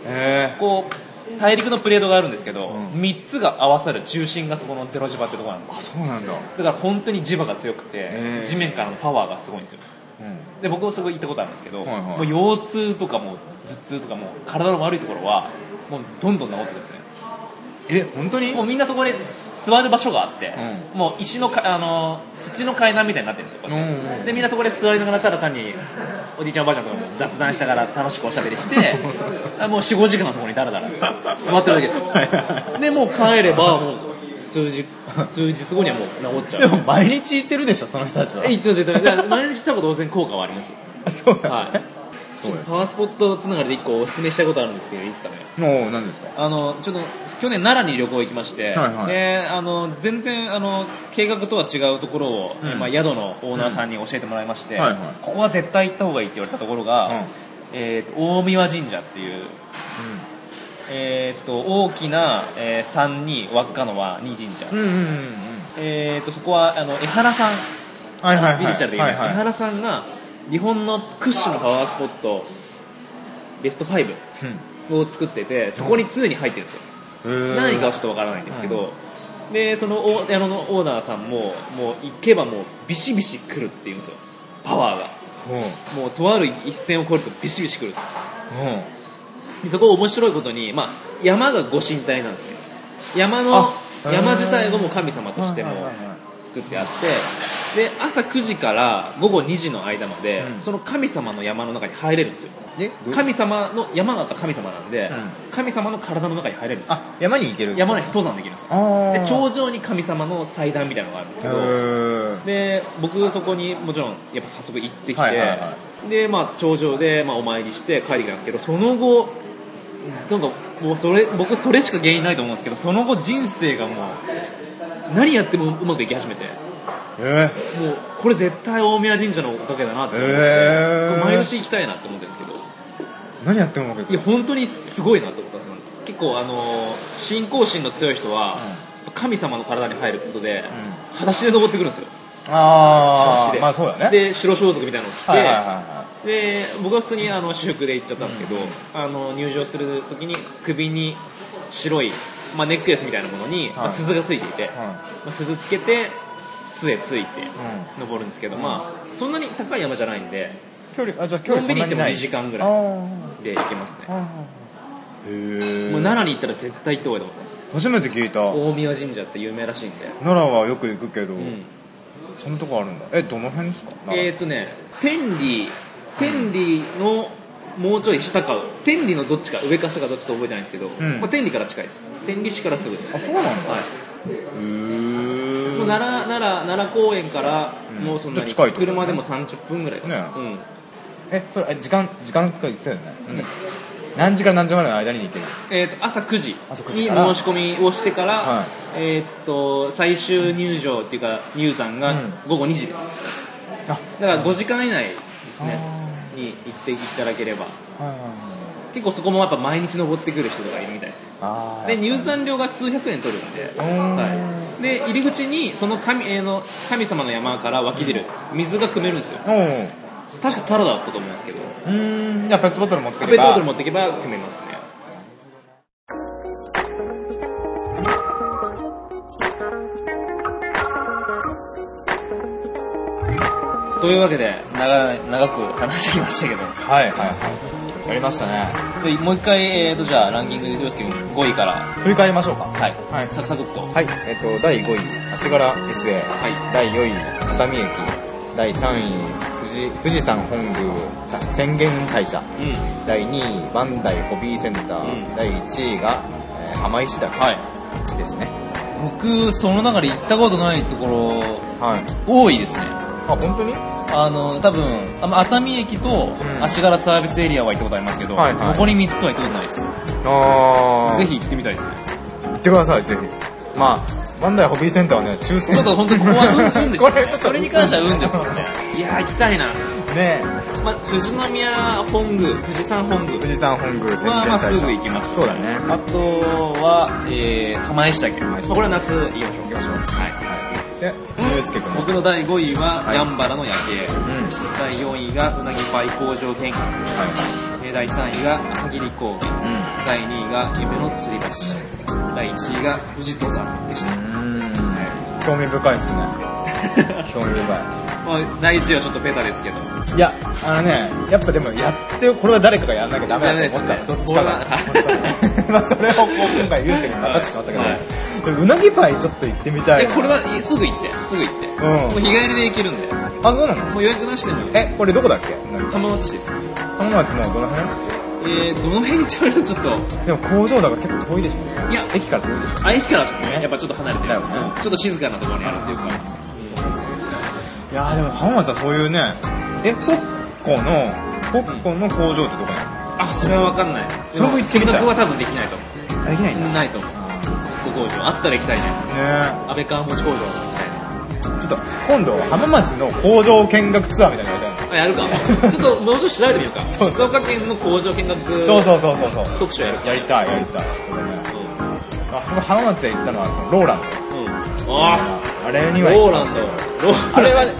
Speaker 2: え
Speaker 1: こう大陸のプレートがあるんですけど、
Speaker 2: うん
Speaker 1: 三3つが合わさる中心がそこのゼロ磁場ってとこなんで
Speaker 2: ー、あそうなんだ、
Speaker 1: すだから本当に磁場が強くて、
Speaker 2: えー
Speaker 1: 地面からのパワーがすごいんですよ
Speaker 2: う
Speaker 1: で僕もそこ行ったことあるんですけど、
Speaker 2: はいはい
Speaker 1: もう腰痛とかもう頭痛とかもう体の悪いところはもうどんどん治ってくるんですね
Speaker 2: ん、え本当に
Speaker 1: もうみんなそこで座る場所があって、
Speaker 2: う
Speaker 1: もう石のかあの土の階段みたいになってるんですよ、こうやって
Speaker 2: うんうん
Speaker 1: でみんなそこで座りながらただ単におじいちゃんおばあちゃんとかも雑談しながら楽しくおしゃべりして
Speaker 2: (laughs)
Speaker 1: あもう45時間そこにだらだら座ってるだけですよ
Speaker 2: はいは
Speaker 1: でもう帰ればもう数日数日後にはもう治っちゃ
Speaker 2: で
Speaker 1: う
Speaker 2: (laughs) も毎日行ってるでしょその人たちは
Speaker 1: え言ってます言ってますだから毎日した方が当然効果はありますよ
Speaker 2: あそうなんだ、
Speaker 1: はい
Speaker 2: (laughs) そうです
Speaker 1: パワースポットつながりで1個おすすめしたいことあるんですけどいいですかね
Speaker 2: もう何ですか
Speaker 1: あのちょっと去年奈良に旅行行きまして、
Speaker 2: はいはい
Speaker 1: であの全然あの計画とは違うところを、
Speaker 2: うん
Speaker 1: まあ、宿のオーナーさんに教えてもらいまして、
Speaker 2: うんはいはい
Speaker 1: ここは絶対行った方がいいって言われたところが、
Speaker 2: うん
Speaker 1: えーと大神神社っていう、えー、と大きな、えー山に輪っかの輪に神社、
Speaker 2: うんうんうんうん
Speaker 1: えー、とそこはあの江原さん
Speaker 2: はいはいはい
Speaker 1: スピリチュアルで有名な
Speaker 2: はい
Speaker 1: 江
Speaker 2: はい
Speaker 1: 原さんが日本の屈指のパワースポットベスト5を作っててそこに常に入ってるんですよ
Speaker 2: うんへー
Speaker 1: 何かはちょっとわからないんですけど、でそのおあのオーナーさんももう行けばもうビシビシ来るって言うんですよパワーが
Speaker 2: うん
Speaker 1: もうとある一線を越えるとビシビシ来る
Speaker 2: うん
Speaker 1: でそこ面白いことに、まあ、山がご神体なんですね山の
Speaker 2: あへー
Speaker 1: 山自体がもう神様としても
Speaker 2: はいはいはいはい
Speaker 1: 作ってあってで朝9時から午後2時の間まで、
Speaker 2: うん
Speaker 1: その神様の山の中に入れるんですよ
Speaker 2: えどういう
Speaker 1: 神様の山が神様なんで、
Speaker 2: う
Speaker 1: 神様の体の中に入れるんですよ
Speaker 2: あ山に行ける
Speaker 1: 山の中に登山できるんですよ
Speaker 2: ああ
Speaker 1: で頂上に神様の祭壇みたいなのがあるんですけどで僕そこにもちろんやっぱ早速行ってきて、
Speaker 2: はいはいは
Speaker 1: でまあ頂上で、まあ、お参りして帰ってきたんですけどその後なんかもうそれ僕それしか原因ないと思うんですけどその後人生がもう何やってもうまくいき始めて
Speaker 2: え
Speaker 1: もうこれ絶対大宮神社のおかげだなって思って、
Speaker 2: へー
Speaker 1: 毎年行きたいなって思ってるんですけど
Speaker 2: 何やってもうま
Speaker 1: い
Speaker 2: くい
Speaker 1: や
Speaker 2: く
Speaker 1: 本当にすごいなと思ったんですなんか結構あのー信仰心の強い人は、神様の体に入ることで、裸足で登ってくるんですよ裸
Speaker 2: あ
Speaker 1: 足
Speaker 2: あ
Speaker 1: で
Speaker 2: まあそうだね
Speaker 1: で白装束みたいなの着て、
Speaker 2: はいはいはいは
Speaker 1: で僕は普通にあの主服で行っちゃったんですけど、あの入場する時に首に白い、まあ、ネックレスみたいなものに、まあ、鈴がついていて、
Speaker 2: い
Speaker 1: ま
Speaker 2: は
Speaker 1: あ、鈴つけて杖ついて
Speaker 2: う
Speaker 1: 登るんですけど、まあそんなに高い山じゃないんで
Speaker 2: い距離あじゃあ距離そんなにない
Speaker 1: のんびり行っても二時間ぐらい
Speaker 2: あー
Speaker 1: で行けますね、
Speaker 2: へー
Speaker 1: もう奈良に行ったら絶対行った方がいいと思います
Speaker 2: 初めて聞いた
Speaker 1: 大宮神社って有名らしいんで、
Speaker 2: 奈良はよく行くけど
Speaker 1: うん
Speaker 2: そんなとこあるんだえどの辺ですか
Speaker 1: えーっ、とね天理天理のもうちょい下か天理のどっちか上か下かどっちか覚えてないんですけど、
Speaker 2: ん
Speaker 1: まあ、天理から近いです天理市からすぐです、
Speaker 2: あ
Speaker 1: は
Speaker 2: そうなんだ
Speaker 1: い、
Speaker 2: へー
Speaker 1: もう奈良奈良奈良公園からもうそんなに
Speaker 2: ちょっと近いとこ
Speaker 1: 車でも30分ぐらいかな、
Speaker 2: ねえそれえ時間時間か言ってたよね、何時から何時までの間に行ける
Speaker 1: うんえーっと朝9時
Speaker 2: 朝9
Speaker 1: に
Speaker 2: 時から
Speaker 1: 申し込みをしてから、
Speaker 2: はい
Speaker 1: えーっと最終入場っていうか入山が
Speaker 2: うん
Speaker 1: 午後2時です
Speaker 2: あ
Speaker 1: だから5時間以内ですねに行っていただければ
Speaker 2: はいはいはい
Speaker 1: 結構そこもやっぱ毎日登ってくる人とかいるみたいです
Speaker 2: あー
Speaker 1: で入山料が数百円取るんで、
Speaker 2: おー
Speaker 1: はい、で入り口にその神,、えーの神様の山から湧き出る水が汲めるんですよ
Speaker 2: おー
Speaker 1: 確かタラだったと思うんですけど
Speaker 2: うーんじゃあペットボトル持って
Speaker 1: ペ
Speaker 2: れ
Speaker 1: ットボ
Speaker 2: ば
Speaker 1: トル持っていけば汲めますねというわけで長長く話してきましたけど
Speaker 2: はいはいはいやりましたね
Speaker 1: でもう一回、えー、とじゃあランキングで洋介君5位から、は
Speaker 2: 振り返りましょうか
Speaker 1: い
Speaker 2: はい
Speaker 1: サクサクっと
Speaker 2: はいえっと第5位足柄 SA、
Speaker 1: は
Speaker 2: 第4位熱海駅第3位富士富士山本宮さ浅間大社
Speaker 1: うん
Speaker 2: 第2位バンダイホビーセンター、
Speaker 1: うん
Speaker 2: 第1位が、えー浜石岳
Speaker 1: はい
Speaker 2: ですね
Speaker 1: 僕その中で行ったことないところ
Speaker 2: はい
Speaker 1: 多いですね
Speaker 2: あ本当に
Speaker 1: あの多分あま熱海駅と
Speaker 2: ん
Speaker 1: 足柄サービスエリアは行ったことありますけど、
Speaker 2: はいはい
Speaker 1: 残り3つは行ったことないです
Speaker 2: あ
Speaker 1: ぜひ行ってみたいですね
Speaker 2: 行ってくださいぜひまあバンダイホビーセンターはね抽選
Speaker 1: ちょっと本当にここは運運ですよ、ね、
Speaker 2: (laughs) これちょっと
Speaker 1: それに関しては運ですも
Speaker 2: (laughs)
Speaker 1: んねいやー行きたいな、
Speaker 2: ね
Speaker 1: まあ、富士宮本宮富士山本宮
Speaker 2: 富士山本宮
Speaker 1: まあ、まあすぐ
Speaker 2: 行
Speaker 1: 行きます。
Speaker 2: そうだね
Speaker 1: あとは、えー、浜江下家。まあこれは夏行きましょう。
Speaker 2: きましょうはいで祐介君
Speaker 1: 僕の第5位は、
Speaker 2: は
Speaker 1: ジ
Speaker 2: い
Speaker 1: ャンバラの夜景。
Speaker 2: うんはい
Speaker 1: 第4位が、うなぎパイ工場見学。えー第3位が、朝霧高原。
Speaker 2: うん
Speaker 1: 第2位が、夢の吊り橋。第1位が、富士登山で
Speaker 2: (laughs)
Speaker 1: し
Speaker 2: 興味深いですね興味深
Speaker 1: た。まあ、第1位はちょっとベタですけど。
Speaker 2: いいやあのねやっぱでもやってこれは誰かがやらなきゃダメだと思った
Speaker 1: ダ
Speaker 2: のど
Speaker 1: メ
Speaker 2: っ
Speaker 1: です
Speaker 2: ち
Speaker 1: ね
Speaker 2: かが
Speaker 1: これは
Speaker 2: 本当に (laughs) まあそれをこう今回ゆうけに任せてしまったけど、
Speaker 1: はいう
Speaker 2: なぎパイちょっと行ってみたい
Speaker 1: え、
Speaker 2: な
Speaker 1: これは、えすぐ行って、すぐ行って。
Speaker 2: うん
Speaker 1: もう日帰りで行けるんで。
Speaker 2: あそうなの
Speaker 1: もう予約なしでもいい。
Speaker 2: えこれどこだっけ
Speaker 1: 浜松市です。
Speaker 2: 浜松もうどの辺
Speaker 1: えー、どの辺にちゃうのちょっと。
Speaker 2: でも工場だから結構遠いでしょ
Speaker 1: いや、
Speaker 2: 駅から遠いでしょ
Speaker 1: あ、駅からはね、やっぱちょっと離れてる
Speaker 2: だよね
Speaker 1: ちょっと静かなところにあるっていうか。
Speaker 2: いやーでも浜松はそういうねえ北港の北港の工場ってどこな
Speaker 1: あ、それはわかんない。
Speaker 2: それも行ってみたい
Speaker 1: そこは多分できないと思
Speaker 2: のできないん
Speaker 1: う。ないと思う。ご工場。あったら行きたいね。
Speaker 2: だね
Speaker 1: 安倍川餅工場とか行きたいね。
Speaker 2: えちょっと今度浜松の工場見学ツアーみたいなのやりたいな
Speaker 1: あ、やるか。ちょっともうちょっと調べてみようか。
Speaker 2: (laughs) そう
Speaker 1: 静岡県の工場見学
Speaker 2: そうそうそうそうそう。
Speaker 1: 特集やるか。
Speaker 2: やりたい、やりたい。それね。あ、その浜松で行ったのは、そのローランド。
Speaker 1: うん。うん。あ
Speaker 2: あれに
Speaker 1: ー
Speaker 2: は
Speaker 1: ロ
Speaker 2: 行
Speaker 1: ー
Speaker 2: っ
Speaker 1: ランド。ローランド。
Speaker 2: あれは
Speaker 1: あれ、い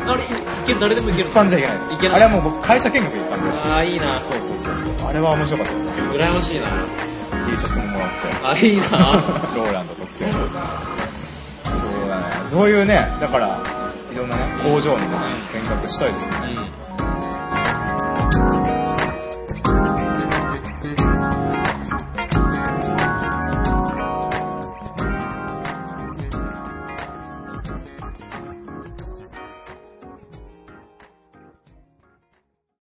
Speaker 1: ける、誰でもいける
Speaker 2: 一般じゃいけないです。
Speaker 1: いけない
Speaker 2: あれはもう僕、会社見学行ったんで。
Speaker 1: あー、いいな。そうそうそう。
Speaker 2: あれは面白かったですね。
Speaker 1: 羨ましいな。
Speaker 2: T シャツももらっ
Speaker 1: あ、いい
Speaker 2: (laughs)
Speaker 1: な。
Speaker 2: て。ローランド特製の。そうだね。そういうね、だから、いろんなね、工場の見学したいですね。
Speaker 1: うん。